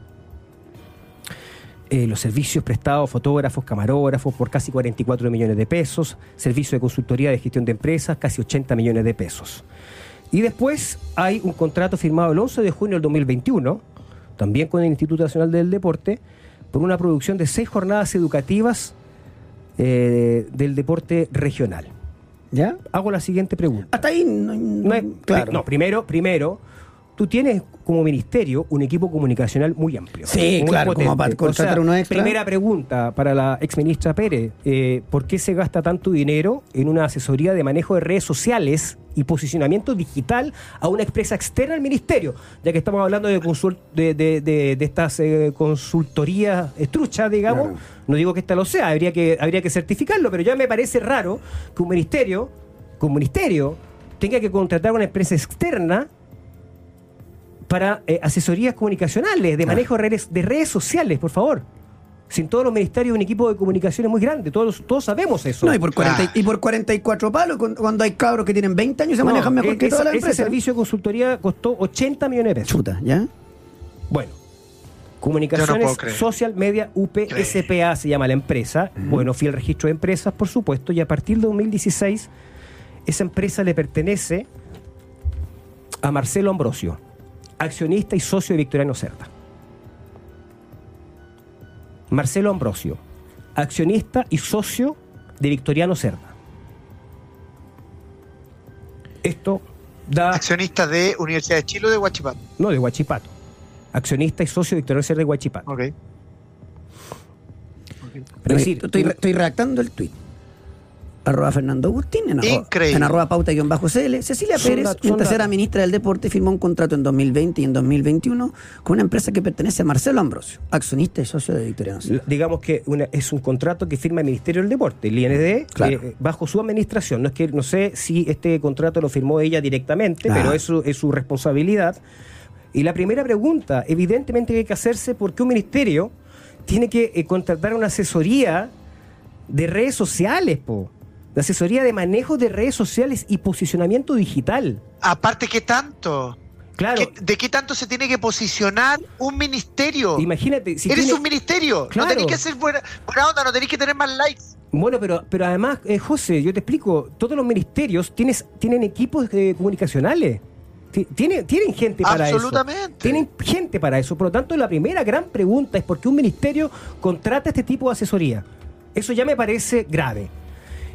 eh, los servicios prestados a fotógrafos, camarógrafos por casi 44 millones de pesos, servicio de consultoría de gestión de empresas casi 80 millones de pesos. Y después hay un contrato firmado el 11 de junio del 2021, también con el Instituto Nacional del Deporte, por una producción de seis jornadas educativas eh, del deporte regional.
¿Ya?
Hago la siguiente pregunta.
Hasta ahí no,
No es-
claro.
no, primero, primero, tú tienes como ministerio un equipo comunicacional muy amplio.
Sí,
muy
claro, como para contratar uno extra.
Primera pregunta para la exministra Pérez. eh, ¿Por qué se gasta tanto dinero en una asesoría de manejo de redes sociales y posicionamiento digital a una empresa externa al ministerio? Ya que estamos hablando de, consul- de, de- de- de estas eh, consultorías estruchas, digamos.
Claro.
No digo que esta lo sea, habría que, habría que certificarlo, pero ya me parece raro que un ministerio, que un ministerio tenga que contratar a una empresa externa para eh, asesorías comunicacionales, de manejo de redes, de redes sociales, por favor. Sin todos los ministerios, un equipo de comunicaciones muy grande. Todos, todos sabemos eso.
No, y por, 40 y-
Claro.
y por 44 palos, cu- cuando hay cabros que tienen 20 años, se
No,
manejan mejor
e-
que
esa-
toda la
Ese
empresa.
servicio de consultoría costó 80 millones de pesos.
Chuta, ¿ya?
Bueno, Comunicaciones
puedo creer.
Social Media UPSPA se llama la empresa. Bueno, fui al registro de empresas, por supuesto, y a partir de 2016 esa empresa le pertenece a Marcelo Ambrosio, accionista y socio de Victoriano Cerda. Marcelo Ambrosio, accionista y socio de Victoriano Cerda. Esto
Ah.
da
Accionistas de Universidad de Chile o de Huachipato.
no, de Huachipato. Accionista y socio de Victorio Cerda de Huachipato.
Ok.
Es decir,
estoy, re- estoy redactando el tweet. Arroba Fernando Agustín, en arroba,
Increíble.
en arroba pauta-cl. Cecilia
Son
Pérez,
dat- son
mientras era
datos.
ministra del Deporte, firmó un contrato en 2020 y en 2021 con una empresa que pertenece a Marcelo Ambrosio, accionista y socio de Victoriano. Cerda.
la- digamos que una- es un contrato que firma el Ministerio del Deporte, el IND,
Claro.
eh, bajo su administración. No es que no sé si este contrato lo firmó ella directamente,
Ah.
pero eso es su responsabilidad. Y la primera pregunta, evidentemente, que hay que hacerse por qué un ministerio tiene que eh, contratar una asesoría de redes sociales, po. De asesoría de manejo de redes sociales y posicionamiento digital.
Aparte, ¿qué tanto?
Claro.
¿Qué- ¿De qué tanto se tiene que posicionar un ministerio?
Imagínate, si
Eres
tiene-
un ministerio.
Claro.
No tenés que hacer buena, buena onda, no tenés que tener más likes.
Bueno, pero, pero además, eh, José, yo te explico, todos los ministerios tienes, tienen equipos eh, comunicacionales. Ti- Tiene, tienen gente para eso.
Absolutamente.
Tienen gente para eso. Por lo tanto, la primera gran pregunta es por qué un ministerio contrata este tipo de asesoría. Eso ya me parece grave.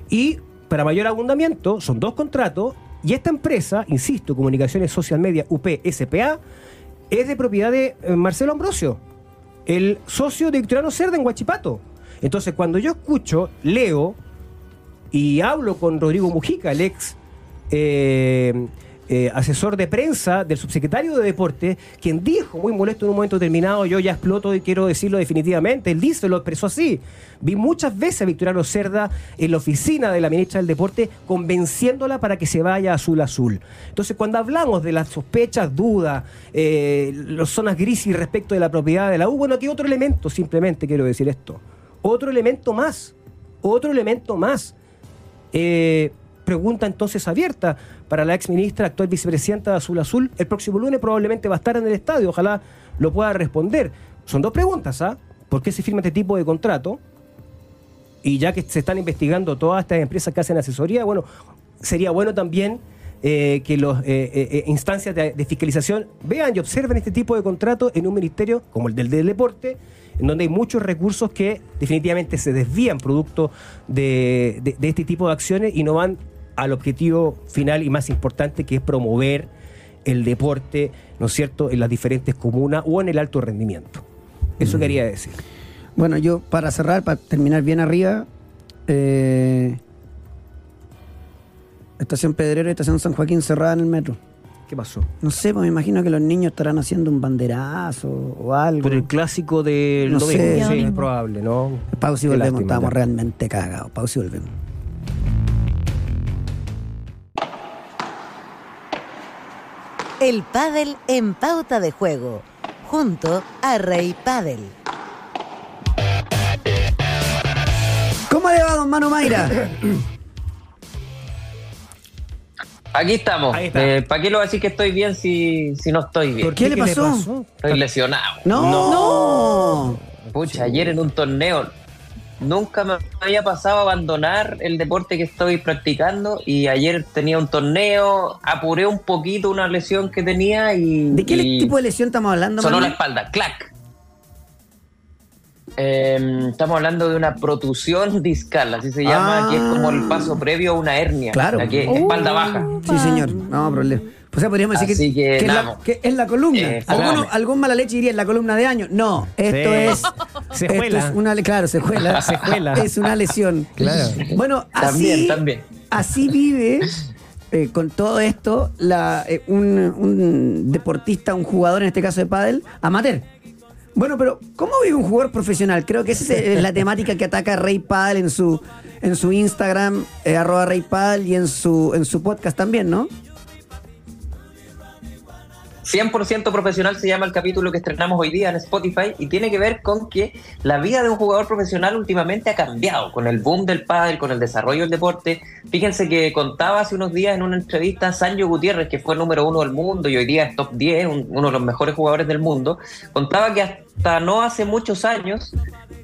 Y para mayor abundamiento, son dos contratos y esta empresa, insisto, Comunicaciones Social Media UPSPA, es de propiedad de eh, Marcelo Ambrosio, el socio de Victoriano Cerda en Huachipato. Entonces, cuando yo escucho, leo y hablo con Rodrigo Mujica, el ex eh, eh, asesor de prensa del subsecretario de Deporte, quien dijo muy molesto en un momento determinado, yo ya exploto y quiero decirlo definitivamente, él dice, lo expresó así. Vi muchas veces a Victoriano Cerda en la oficina de la ministra del Deporte convenciéndola para que se vaya azul azul. Entonces, cuando hablamos de las sospechas, dudas, eh, las zonas grises respecto de la propiedad de la U, bueno, aquí otro elemento, simplemente quiero decir esto. Otro elemento más. Otro elemento más. Eh, Pregunta entonces abierta para la ex ministra, actual vicepresidenta de Azul Azul. El próximo lunes probablemente va a estar en el estadio, ojalá lo pueda responder. Son dos preguntas, ¿ah? ¿Por qué se firma este tipo de contrato? y ya que se están investigando todas estas empresas que hacen asesoría, bueno, sería bueno también eh, que las instancias de, de fiscalización vean y observen este tipo de contratos en un ministerio como el del, del deporte, en donde hay muchos recursos que definitivamente se desvían producto de, de- de este tipo de acciones y no van al objetivo final y más importante que es promover el deporte, ¿no es cierto?, en las diferentes comunas o en el alto rendimiento. Eso quería decir.
Bueno, yo para cerrar, para terminar bien arriba, eh, Estación Pedrero y Estación San Joaquín cerrada en el metro.
¿Qué pasó?
No sé, pues me imagino que los niños estarán haciendo un banderazo o algo.
Por el clásico del
No
domingo.
sé.
Sí, es probable, ¿no?
Pausa y
Qué
volvemos,
lástima,
estábamos
ya.
realmente cagados. Pausa y volvemos.
El pádel en pauta de juego, junto a Rey Pádel.
¿Cómo le va, don Manu Mayra?
Aquí estamos.
Ahí está.
¿Para qué lo voy a decir que estoy bien si, si no estoy bien?
¿Por qué le pasó?
Estoy lesionado.
¡No!
Pucha, ayer en un torneo nunca me había pasado abandonar el deporte que estoy practicando y ayer tenía un torneo, apuré un poquito una lesión que tenía y...
¿De qué
y
tipo de lesión estamos hablando,
Sonó la
Manu?
espalda, clac. Eh, estamos hablando de una protusión discal, así se llama,
Ah.
que es como el paso previo a una hernia.
Claro. Oh.
la que- espalda
Uh.
baja.
Sí, señor. No, problema. O sea, podríamos decir
Así que,
es la,
nada.
que es la columna.
Eh,
Alguno,
fome.
algún mala leche diría, es la columna de año. No, esto
Sí.
es...
Se
esto
juela.
es una, le- claro, se juela.
Se juela.
Es una lesión.
Claro.
Bueno, así,
También, también.
así vive eh, con todo esto la, eh, un, un deportista, un jugador, en este caso de pádel, amateur. Bueno, pero ¿cómo vive un jugador profesional? Creo que esa es eh, la temática que ataca Rey Pádel en su, en su Instagram, eh, arroba Rey Pádel, y en su, en su podcast también, ¿no?
100% profesional se llama el capítulo que estrenamos hoy día en Spotify y tiene que ver con que la vida de un jugador profesional últimamente ha cambiado con el boom del pádel, con el desarrollo del deporte. Fíjense que contaba hace unos días en una entrevista a Sancho Gutiérrez, que fue número uno del mundo y hoy día es top 10, un- uno de los mejores jugadores del mundo, contaba que hasta no hace muchos años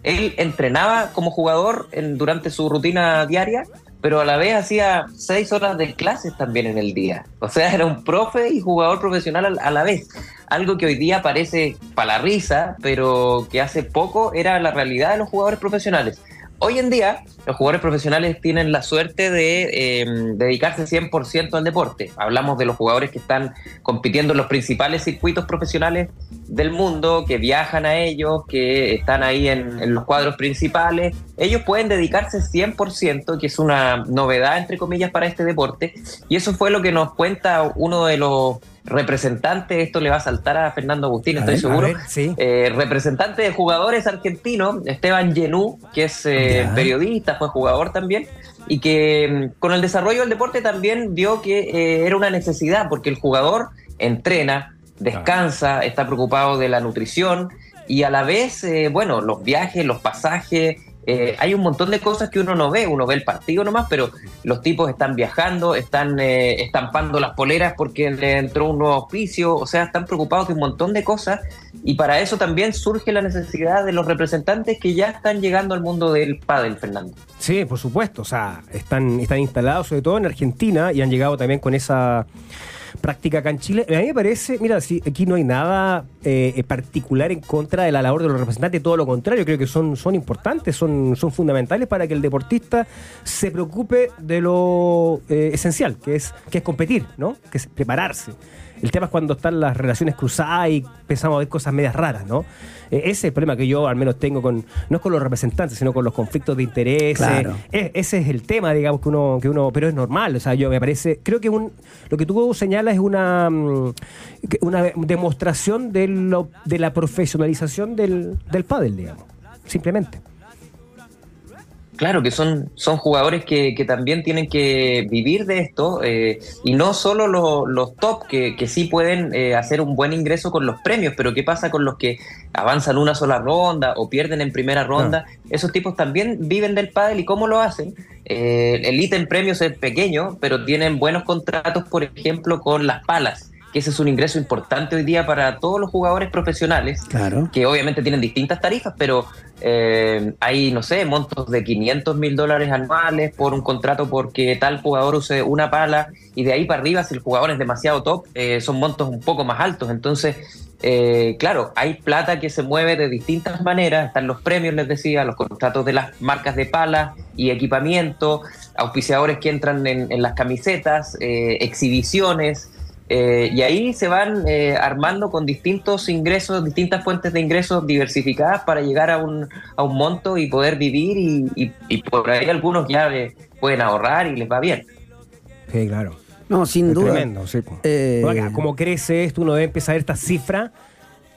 él entrenaba como jugador en- durante su rutina diaria, pero a la vez hacía seis horas de clases también en el día. O sea, era un profe y jugador profesional al- a la vez. Algo que hoy día parece para la risa, pero que hace poco era la realidad de los jugadores profesionales. Hoy en día, los jugadores profesionales tienen la suerte de eh, dedicarse 100% al deporte. Hablamos de los jugadores que están compitiendo en los principales circuitos profesionales del mundo, que viajan a ellos, que están ahí en, en los cuadros principales. Ellos pueden dedicarse 100%, que es una novedad, entre comillas, para este deporte. Y eso fue lo que nos cuenta uno de los representantes. Esto le va a saltar a Fernando Agustín, estoy
ver,
seguro.
a ver, sí.
Eh, representante de jugadores argentino, Esteban Yenú, que es eh,
Ya.
periodista, fue jugador también, y que mm, con el desarrollo del deporte también vio que eh, era una necesidad, porque el jugador entrena, descansa, está preocupado de la nutrición, y a la vez, eh, bueno, los viajes, los pasajes, eh, hay un montón de cosas que uno no ve, uno ve el partido nomás, pero los tipos están viajando, están eh, estampando las poleras porque le entró un nuevo auspicio, o sea, están preocupados de un montón de cosas y para eso también surge la necesidad de los representantes que ya están llegando al mundo del pádel, Fernando.
Sí, por supuesto. O sea, están, están instalados sobre todo en Argentina y han llegado también con esa práctica acá en Chile. A mí me parece, mira, si aquí no hay nada eh, eh, particular en contra de la labor de los representantes, todo lo contrario, creo que son, son importantes, son, son fundamentales para que el deportista se preocupe de lo eh, esencial, que es, que es competir, ¿no? Que es prepararse. El tema es cuando están las relaciones cruzadas y empezamos a ver cosas medias raras, ¿no? Eh, Ese es el problema que yo al menos tengo con, no es con los representantes, sino con los conflictos de intereses.
Claro.
Es- E, ese es el tema, digamos, que uno, que uno, pero es normal. O sea, yo me parece, creo que un, lo que tú señalas es una, mm, que- una demostración de, lo, de la profesionalización del, del pádel, digamos. Simplemente.
claro, que son, son jugadores que, que también tienen que vivir de esto eh, y no solo lo- los top que, que sí pueden eh, hacer un buen ingreso con los premios, pero ¿qué pasa con los que avanzan una sola ronda o pierden en primera ronda? Esos tipos también viven del pádel y ¿cómo lo hacen? Eh, el ítem premios es pequeño, pero tienen buenos contratos, por ejemplo, con las palas que ese es un ingreso importante hoy día para todos los jugadores profesionales
Claro.
que obviamente tienen distintas tarifas, pero eh, hay, no sé, montos de 500 mil dólares anuales por un contrato porque tal jugador use una pala y de ahí para arriba, si el jugador es demasiado top, eh, son montos un poco más altos. Entonces, eh, claro, hay plata que se mueve de distintas maneras. Están los premios, les decía, los contratos de las marcas de pala y equipamiento, auspiciadores que entran en, en las camisetas, eh, exhibiciones. Eh, y ahí se van eh, armando con distintos ingresos, distintas fuentes de ingresos diversificadas para llegar a un, a un monto y poder vivir y, y- y por ahí algunos ya eh, pueden ahorrar y les va bien.
Sí, claro.
No, sin
Es
duda.
Tremendo, sí.
Eh,
Pero acá, como crece esto, uno empieza a ver esta cifra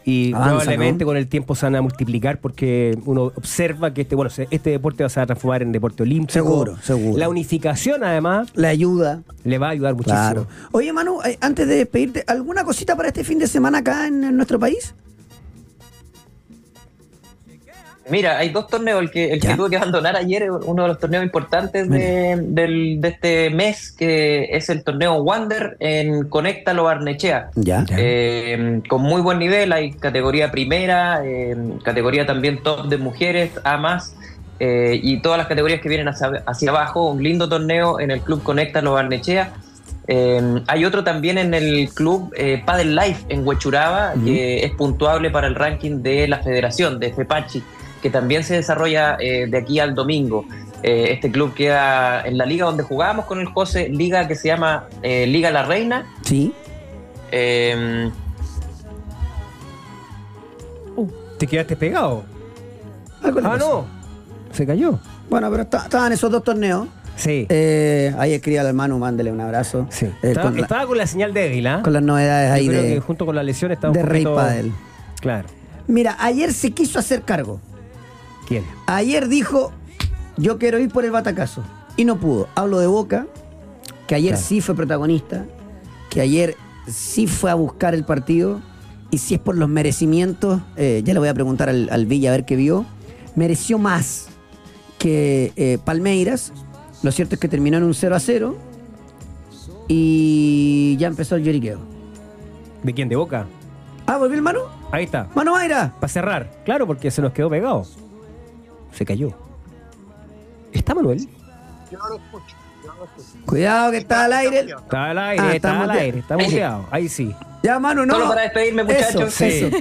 y
Avanza,
probablemente
¿no?
con el tiempo se van a multiplicar porque uno observa que este, bueno, se- este deporte va a transformar en deporte olímpico.
Seguro, seguro.
La unificación, además,
La ayuda.
le va a ayudar muchísimo.
Claro. Oye, Manu, eh, antes de despedirte, ¿alguna cosita para este fin de semana acá en, en nuestro país?
Mira, hay dos torneos, el que, el que
Ya.
tuve que abandonar ayer, uno de los torneos importantes de, del- de este mes, que es el torneo Wander en Conéctalo Barnechea.
Ya.
Eh, con muy buen nivel, hay categoría primera, eh, categoría también top de mujeres, A más, eh, y todas las categorías que vienen hacia, hacia abajo. Un lindo torneo en el Club Conecta Los Barnechea. Eh, hay otro también en el Club eh, Padel Life en Huechuraba, que es puntuable para el ranking de la Federación, de FEPACHI, que también se desarrolla eh, de aquí al domingo. Eh, este club queda en la liga donde jugábamos con el José, liga que se llama eh, Liga La Reina.
Sí.
Eh,
¿Te quedaste pegado?
Algo le
Ah,
pasó.
no. Se cayó.
Bueno, pero esta- estaban esos dos torneos.
Sí.
Eh, ahí escriba al Manu, mándele un abrazo.
sí.
Eh,
estaba,
con, la-
estaba con la señal débil, ¿ah?
con las novedades ahí
Yo creo que
de,
junto con la lesión estaba
de
un
Rey
poquito-
Padel.
Claro.
Mira, ayer se quiso hacer cargo.
¿Quién?
Ayer dijo, yo quiero ir por el batacazo. Y no pudo. Hablo de Boca, que ayer
Claro.
sí fue protagonista, que ayer sí fue a buscar el partido. Y si es por los merecimientos, eh, ya le voy a preguntar al, al Villa a ver qué vio. Mereció más que eh, Palmeiras. Lo cierto es que terminó en un 0 a 0. Y ya empezó el lloriqueo.
¿De quién? ¿De Boca?
Ah, volvió el Manu.
Ahí está.
Manu Mayra.
Para cerrar, claro, porque se nos quedó pegado. Se cayó. ¿Está Manuel?
Yo no lo escucho, yo no lo escucho.
Cuidado que está al aire.
Está al aire,
Ah,
está
está
al
mutea-
aire, está muteado. Ahí sí.
Ya, Manu, no.
Solo para este despedirme,
Eso,
muchachos.
sí.
eso.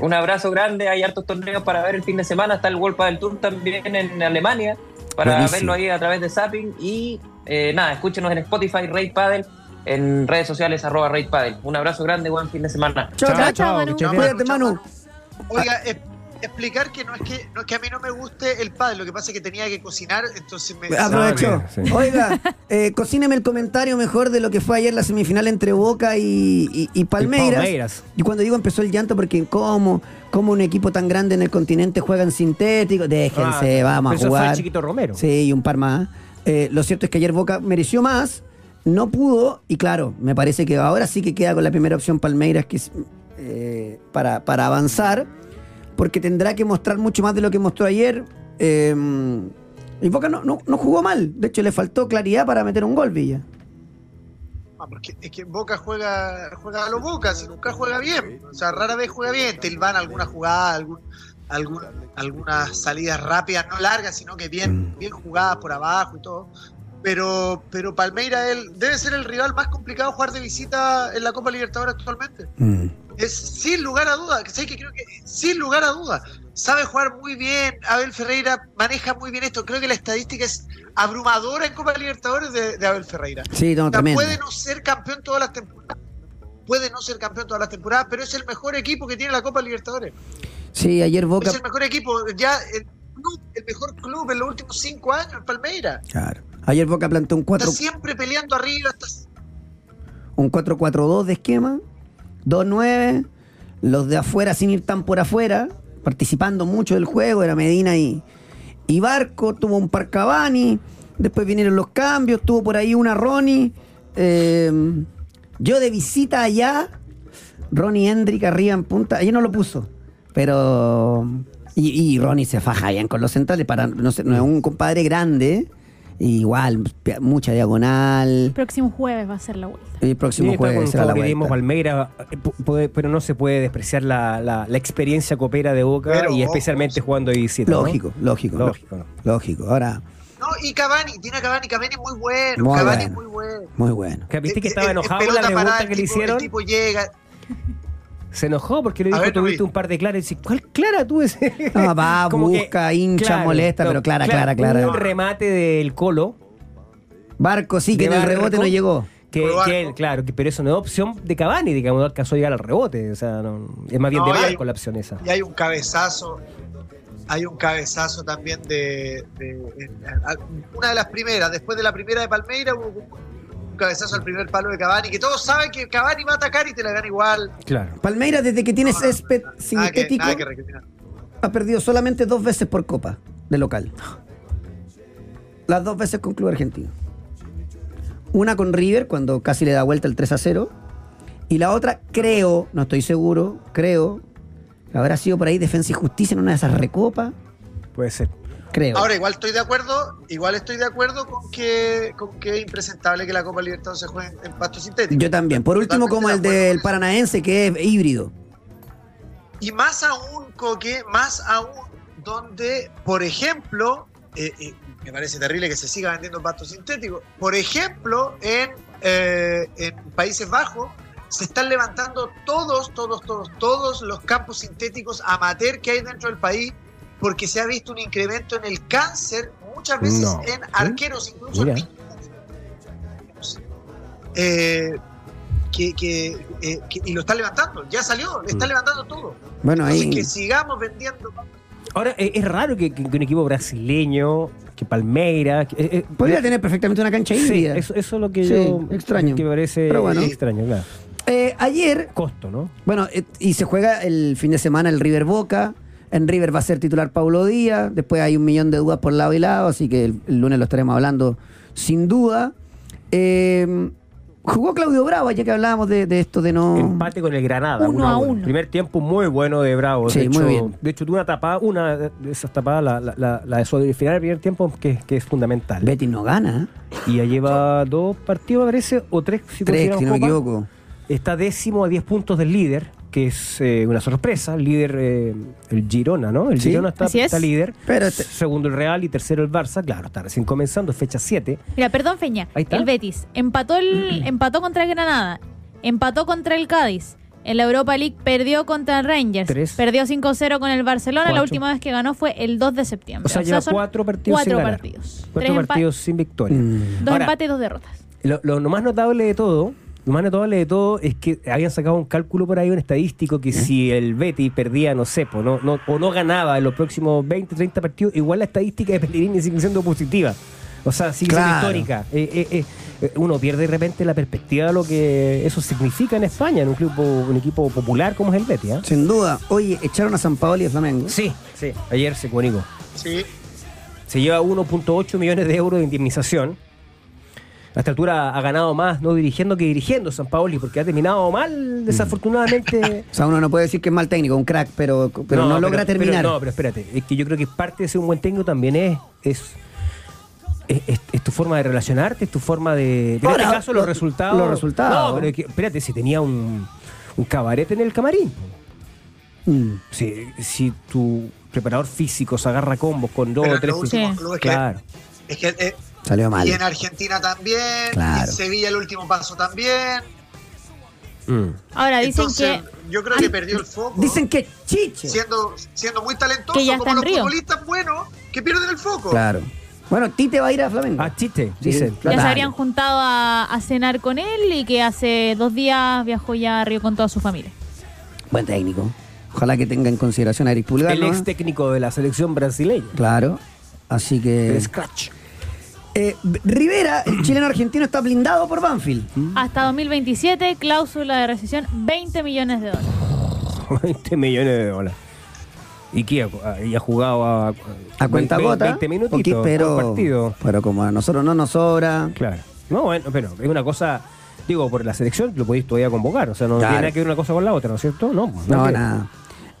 Un abrazo grande. Hay hartos torneos para ver el fin de semana. Está el World del Tour también en Alemania para
Buenísimo.
verlo ahí a través de Zapping. Y eh, nada, escúchenos en Spotify, Rey Padel, en redes sociales, arroba Rey Padel. Un abrazo grande, buen fin de semana.
Chao, chao.
chao, Manu.
que estés bien.
Cuídate, Manu.
Oiga, es- explicar que no es que no es que a mí no me guste el padre, lo que pasa es que tenía que cocinar, entonces me
Aprovechó.
Sí.
Oiga, eh, cocíneme el comentario mejor de lo que fue ayer la semifinal entre Boca y, y- y Palmeiras.
Y Palmeiras.
Y cuando digo empezó el llanto, porque ¿cómo, cómo un equipo tan grande en el continente juega en sintético? Déjense,
Ah,
vamos a
pero eso fue
jugar.
el Chiquito Romero.
Sí, y un par más. Eh, lo cierto es que ayer Boca mereció más, no pudo, y claro, me parece que ahora sí que queda con la primera opción Palmeiras que es, eh, para, para avanzar, porque tendrá que mostrar mucho más de lo que mostró ayer. Eh, y Boca no, no, no jugó mal, de hecho le faltó claridad para meter un gol, Villa.
Ah, porque es que Boca juega, juega a los Bocas y nunca juega bien. O sea, rara vez juega bien. Te van alguna jugada, algún, algún- algunas salidas rápidas, no largas, sino que bien, bien jugadas por abajo y todo. Pero, pero Palmeira él, debe ser el rival más complicado de jugar de visita en la Copa Libertadores actualmente. Es sin lugar a duda, que sé que creo que sin lugar a duda sabe jugar muy bien. Abel Ferreira maneja muy bien esto. Creo que la estadística es abrumadora en Copa Libertadores de, de Abel Ferreira.
Sí, no,
O sea,
tremendo.
puede no ser campeón todas las temporadas. Puede no ser campeón todas las temporadas, pero es el mejor equipo que tiene la Copa Libertadores.
Sí, ayer Boca...
Es el mejor equipo, ya el, club, el mejor club en los últimos cinco años, el Palmeiras.
Claro. Ayer Boca plantó un
Está
4
siempre peleando arriba. Está...
un 4-4-2 de esquema, 2-9, los de afuera sin ir tan por afuera, participando mucho del juego, era Medina y, y Barco, tuvo un par Cavani, después vinieron los cambios, tuvo por ahí una Ronnie. eh, yo de visita allá, Ronnie Hendrick arriba en punta, ayer no lo puso, pero... Y, y Ronnie se faja bien con los centrales, para, no, sé, no es un compadre grande, igual, mucha diagonal.
Próximo jueves va a ser la vuelta.
El
Sí,
próximo
está con
jueves será la
favoritismo
vuelta.
Palmeiras, eh, pu- puede- pero no se puede despreciar la, la- la experiencia copera de Boca
Pero,
y especialmente
ojo,
jugando de visita. ¿no?
Lógico, lógico,
Lógico,
lógico,
¿no?
lógico. Ahora,
No, y Cavani, tiene a Cavani, Cavani es muy bueno,
Muy
Cavani es
bueno.
muy bueno.
muy bueno.
Que viste que
Eh,
estaba
eh,
enojado
es
con la
pelota
pregunta
parada, el
que le
tipo-
hicieron.
El tipo llega,
Se enojó porque le
A
dijo,
ver,
tuviste
Rubí.
un par de claras. Y dice, ¿cuál clara tú?
No, va, Ah, busca, hincha, molesta, pero clara, clara, clara.
Un remate del Colo.
Barco sí, que
de
en el
Barco,
rebote no llegó.
Que,
Por
que-
Barco.
claro, que- pero eso no es opción de Cavani, digamos, no alcanzó a llegar al rebote. O sea, no- es más bien
No,
de
y hay-
Barco la opción esa.
Y hay un cabezazo, hay un cabezazo también de, de- en- a- una de las primeras, después de la primera de Palmeira, hubo un, un cabezazo al primer palo de Cavani, que todos saben que Cavani va a atacar y te la gana igual.
Claro.
Palmeiras, desde que tiene césped
Ah, Nada que,
sintético,
nada que recriminar.
ha perdido solamente dos veces por copa de local. Las dos veces con Club Argentino. Una con River, cuando casi le da vuelta el 3 a 0. Y la otra, creo, no estoy seguro, creo, habrá sido por ahí Defensa y Justicia en una de esas recopas.
Puede ser.
Creo.
Ahora, igual estoy de acuerdo, igual estoy de acuerdo con que, con que es impresentable que la Copa Libertadores se juegue en, en pasto sintético.
Yo también. Por último,
Totalmente
como el
acuerdo
del
con eso.
Paranaense, que es híbrido.
Y más aún, Coque, más aún, donde, por ejemplo, eh, eh, me parece terrible que se siga vendiendo pasto sintético, por ejemplo, en, eh, en Países Bajos se están levantando todos, todos, todos, todos los campos sintéticos amateur que hay dentro del país porque se ha visto un incremento en el cáncer muchas veces
No.
en
¿Eh?
arqueros, incluso
Mira.
en niños. Eh, que, que, eh, que- y lo está levantando, ya salió, le está
Mm.
levantando todo.
Bueno,
Así
ahí.
que sigamos vendiendo.
Ahora, eh, es raro que, que- que un equipo brasileño, que Palmeiras. que- eh, eh,
Podría tener perfectamente una cancha
Sí,
híbrida.
eso, eso es lo que
Sí,
yo.
extraño.
Que me parece
Pero bueno.
extraño, claro.
Eh, ayer,
Costo, ¿no?
bueno, eh, y se juega el fin de semana el River Boca. En River va a ser titular Paulo Díaz. Después hay un millón de dudas por lado y lado, así que el, el lunes lo estaremos hablando sin duda. Eh, jugó Claudio Bravo, ya que hablábamos de, de esto de no.
Empate con el Granada.
Uno a uno.
Primer tiempo muy bueno de Bravo.
Sí,
de
muy
hecho,
bien.
De hecho, tuvo una tapada, una de esas tapadas, la, la, la, la de Soto y final del primer tiempo, que, que es fundamental.
Betis no gana. ¿eh?
Y ya lleva dos partidos, me parece, o tres, si
Tres,
consideramos
si no me
Copa.
equivoco.
Está décimo a 10 puntos del líder, que es eh, una sorpresa. El líder, eh, el Girona, ¿no? El
Sí.
Girona está,
Así es.
está líder.
Pero este-
Segundo el Real y tercero el Barça. Claro, está recién comenzando, fecha 7.
Mira, perdón, Feña.
Ahí está.
El Betis empató, el, empató contra el Granada, empató contra el Cádiz. En la Europa League perdió contra el Rangers.
Tres.
Perdió 5-0 con el Barcelona.
Cuatro.
La última vez que ganó fue el 2 de septiembre.
O sea, lleva
son
cuatro partidos
cuatro
sin ganar.
partidos.
Cuatro
Tres empa-
partidos sin victoria.
Mm.
Dos
Ahora,
empates y dos derrotas.
Lo, lo- lo más notable de todo, lo más notable de todo es que habían sacado un cálculo por ahí, un estadístico, que si el Betty perdía, no sé, po, no, no- o no ganaba en los próximos 20, 30 partidos, igual la estadística de Pellegrini sigue siendo positiva. O sea, sigue siendo
Claro.
histórica. Eh, eh, eh, eh, uno pierde de repente la perspectiva de lo que eso significa en España, en un, club, un equipo popular como es el Betty. ¿ah?
Sin duda. Oye, echaron a San Paolo y a Flamengo.
Sí, sí. Ayer se comunicó.
Sí.
Se lleva 1.8 millones de euros de indemnización. A esta altura ha ganado más no dirigiendo que dirigiendo San Paoli, porque ha terminado
Mm.
mal, desafortunadamente.
O sea, uno no puede decir que es mal técnico, un crack, pero, pero no, logra
pero-
terminar.
no, pero espérate, es que yo creo que parte de ser un buen técnico también es, es, es, es- es tu forma de relacionarte, es tu forma de. En
Ahora,
este caso, los
lo-
resultados.
los resultados.
No, pero es que, espérate, si tenía un, un cabaret en el camarín.
Mm.
Si, si tu preparador físico se agarra combos con dos
Pero
o
en
tres.
los
Sí.
últimos clubes que-
Claro.
es que, eh,
Salió mal.
y en Argentina también,
Claro.
y en Sevilla el último paso también.
Mm.
Ahora, Ah, dicen
Entonces, yo creo que perdió el foco.
Dicen que es chiche.
siendo, siendo muy talentoso
Que ya está
como
en
los
Río.
futbolistas buenos que pierden el foco.
Claro. Bueno, Tite va a ir a Flamengo.
Ah, chiste,
Sí,
dicen.
que ya
Claro.
se habrían juntado a, a cenar con él y que hace dos días viajó ya a Río con toda su familia.
Buen técnico. Ojalá que tenga en consideración a Eric Pulgar.
El
¿no?
ex técnico de la selección brasileña.
Claro. Así que.
De Scratch.
Eh, B- Rivera, el chileno argentino, está blindado por Banfield.
Mm.
Hasta 2027, cláusula de rescisión, 20 millones de dólares.
20 millones de dólares. Y que ha jugado a,
A cuenta
ve-
gota.
20 minutitos
poquito,
por
pero,
partido.
pero como a nosotros no nos sobra.
Claro. No, bueno, pero es una cosa. Digo, por la selección lo podéis todavía convocar. O sea, no
Claro.
tiene nada que ver una cosa con la otra, ¿no es cierto? No,
No,
tiene.
nada.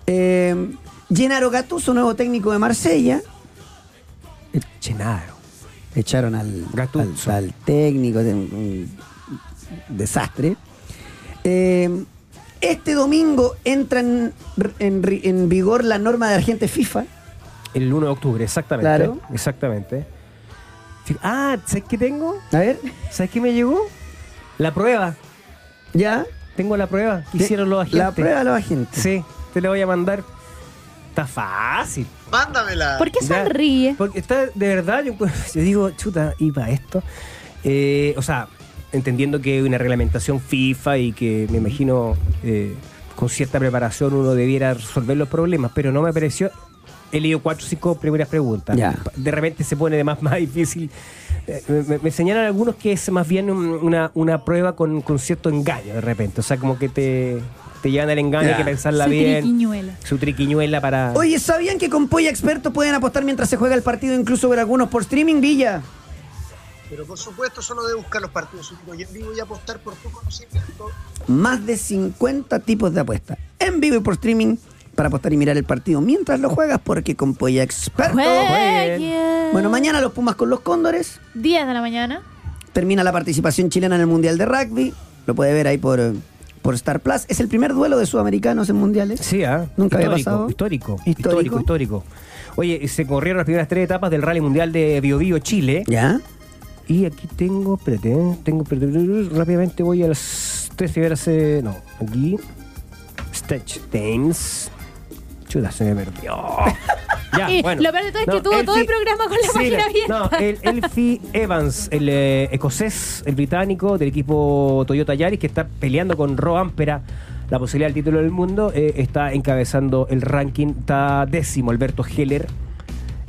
Eh, Gennaro Gattuso, nuevo técnico de Marsella.
Chenaro.
Echaron al,
Gattuso.
al, al técnico, de un, un desastre. Eh, este domingo entra en, en ri- en vigor la norma de Argente FIFA.
El 1 de octubre, exactamente.
Claro.
Exactamente. Fí- Ah, ¿sabes qué tengo?
A ver,
¿Sabes qué me llegó? La prueba.
ya.
Tengo la prueba que hicieron los agentes.
La prueba de los agentes.
Sí, te la voy a mandar. Está fácil.
Mándamela.
¿Por qué
Ya.
sonríe?
Porque está, de verdad, yo, encuentro- yo digo, chuta, y para esto. Eh, o sea, entendiendo que hay una reglamentación FIFA y que me imagino eh, con cierta preparación uno debiera resolver los problemas, pero no me pareció. He leído cuatro o cinco primeras preguntas.
Ya.
De repente se pone de más, más difícil. Eh, Me, me señalan algunos que es más bien un- una, una prueba con, con cierto engaño de repente. O sea, como que te, te llevan al engaño,
Ya.
hay que pensarla
Su
bien.
triquiñuela.
Su triquiñuela para.
Oye, ¿sabían que con Polla Experto pueden apostar mientras se juega el partido, incluso ver algunos por streaming, Villa?
Pero por supuesto, solo de buscar los partidos únicos y en vivo y apostar por tu conocimiento.
Más de 50 tipos de apuestas en vivo y por streaming para apostar y mirar el partido mientras lo juegas, porque con Polla Experto.
Jueguen.
Bueno, mañana los Pumas con los Cóndores.
10 de la mañana.
Termina la participación chilena en el Mundial de Rugby. Lo puede ver ahí por, eh, por Star Plus. Es el primer duelo de sudamericanos en mundiales.
Sí, ¿ah?
Nunca había
histórico,
pasado.
Histórico,
Histórico.
histórico, histórico, Oye, se corrieron las primeras tres etapas del Rally Mundial de Biobío, Chile.
¿Ya?
Y aquí tengo, espérate, ¿eh? tengo, espérate, rápidamente voy a las tres primeras, eh, no, aquí, Stage Dance. Chuta, se me perdió. Ya,
Y
bueno.
lo peor de todo es que tuvo todo el programa con la página abierta.
No, el Elfie Evans, el eh, escocés, el británico del equipo Toyota Yaris, que está peleando con Ro Ampera la posibilidad del título del mundo, eh, está encabezando el ranking. Está décimo Alberto Heller,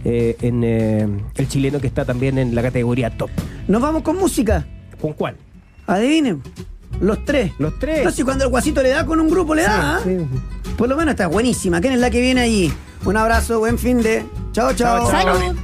eh, en, eh, el chileno que está también en la categoría top.
Nos vamos con música.
¿Con cuál?
Adivinen. Los tres.
Los tres.
No, si cuando el guasito le da con un grupo le da,
Sí,
¿ah? Por lo menos está buenísima. ¿Quién es la que viene allí? Un abrazo, buen fin de. Chao, chao.
Chao, chao.
Salud.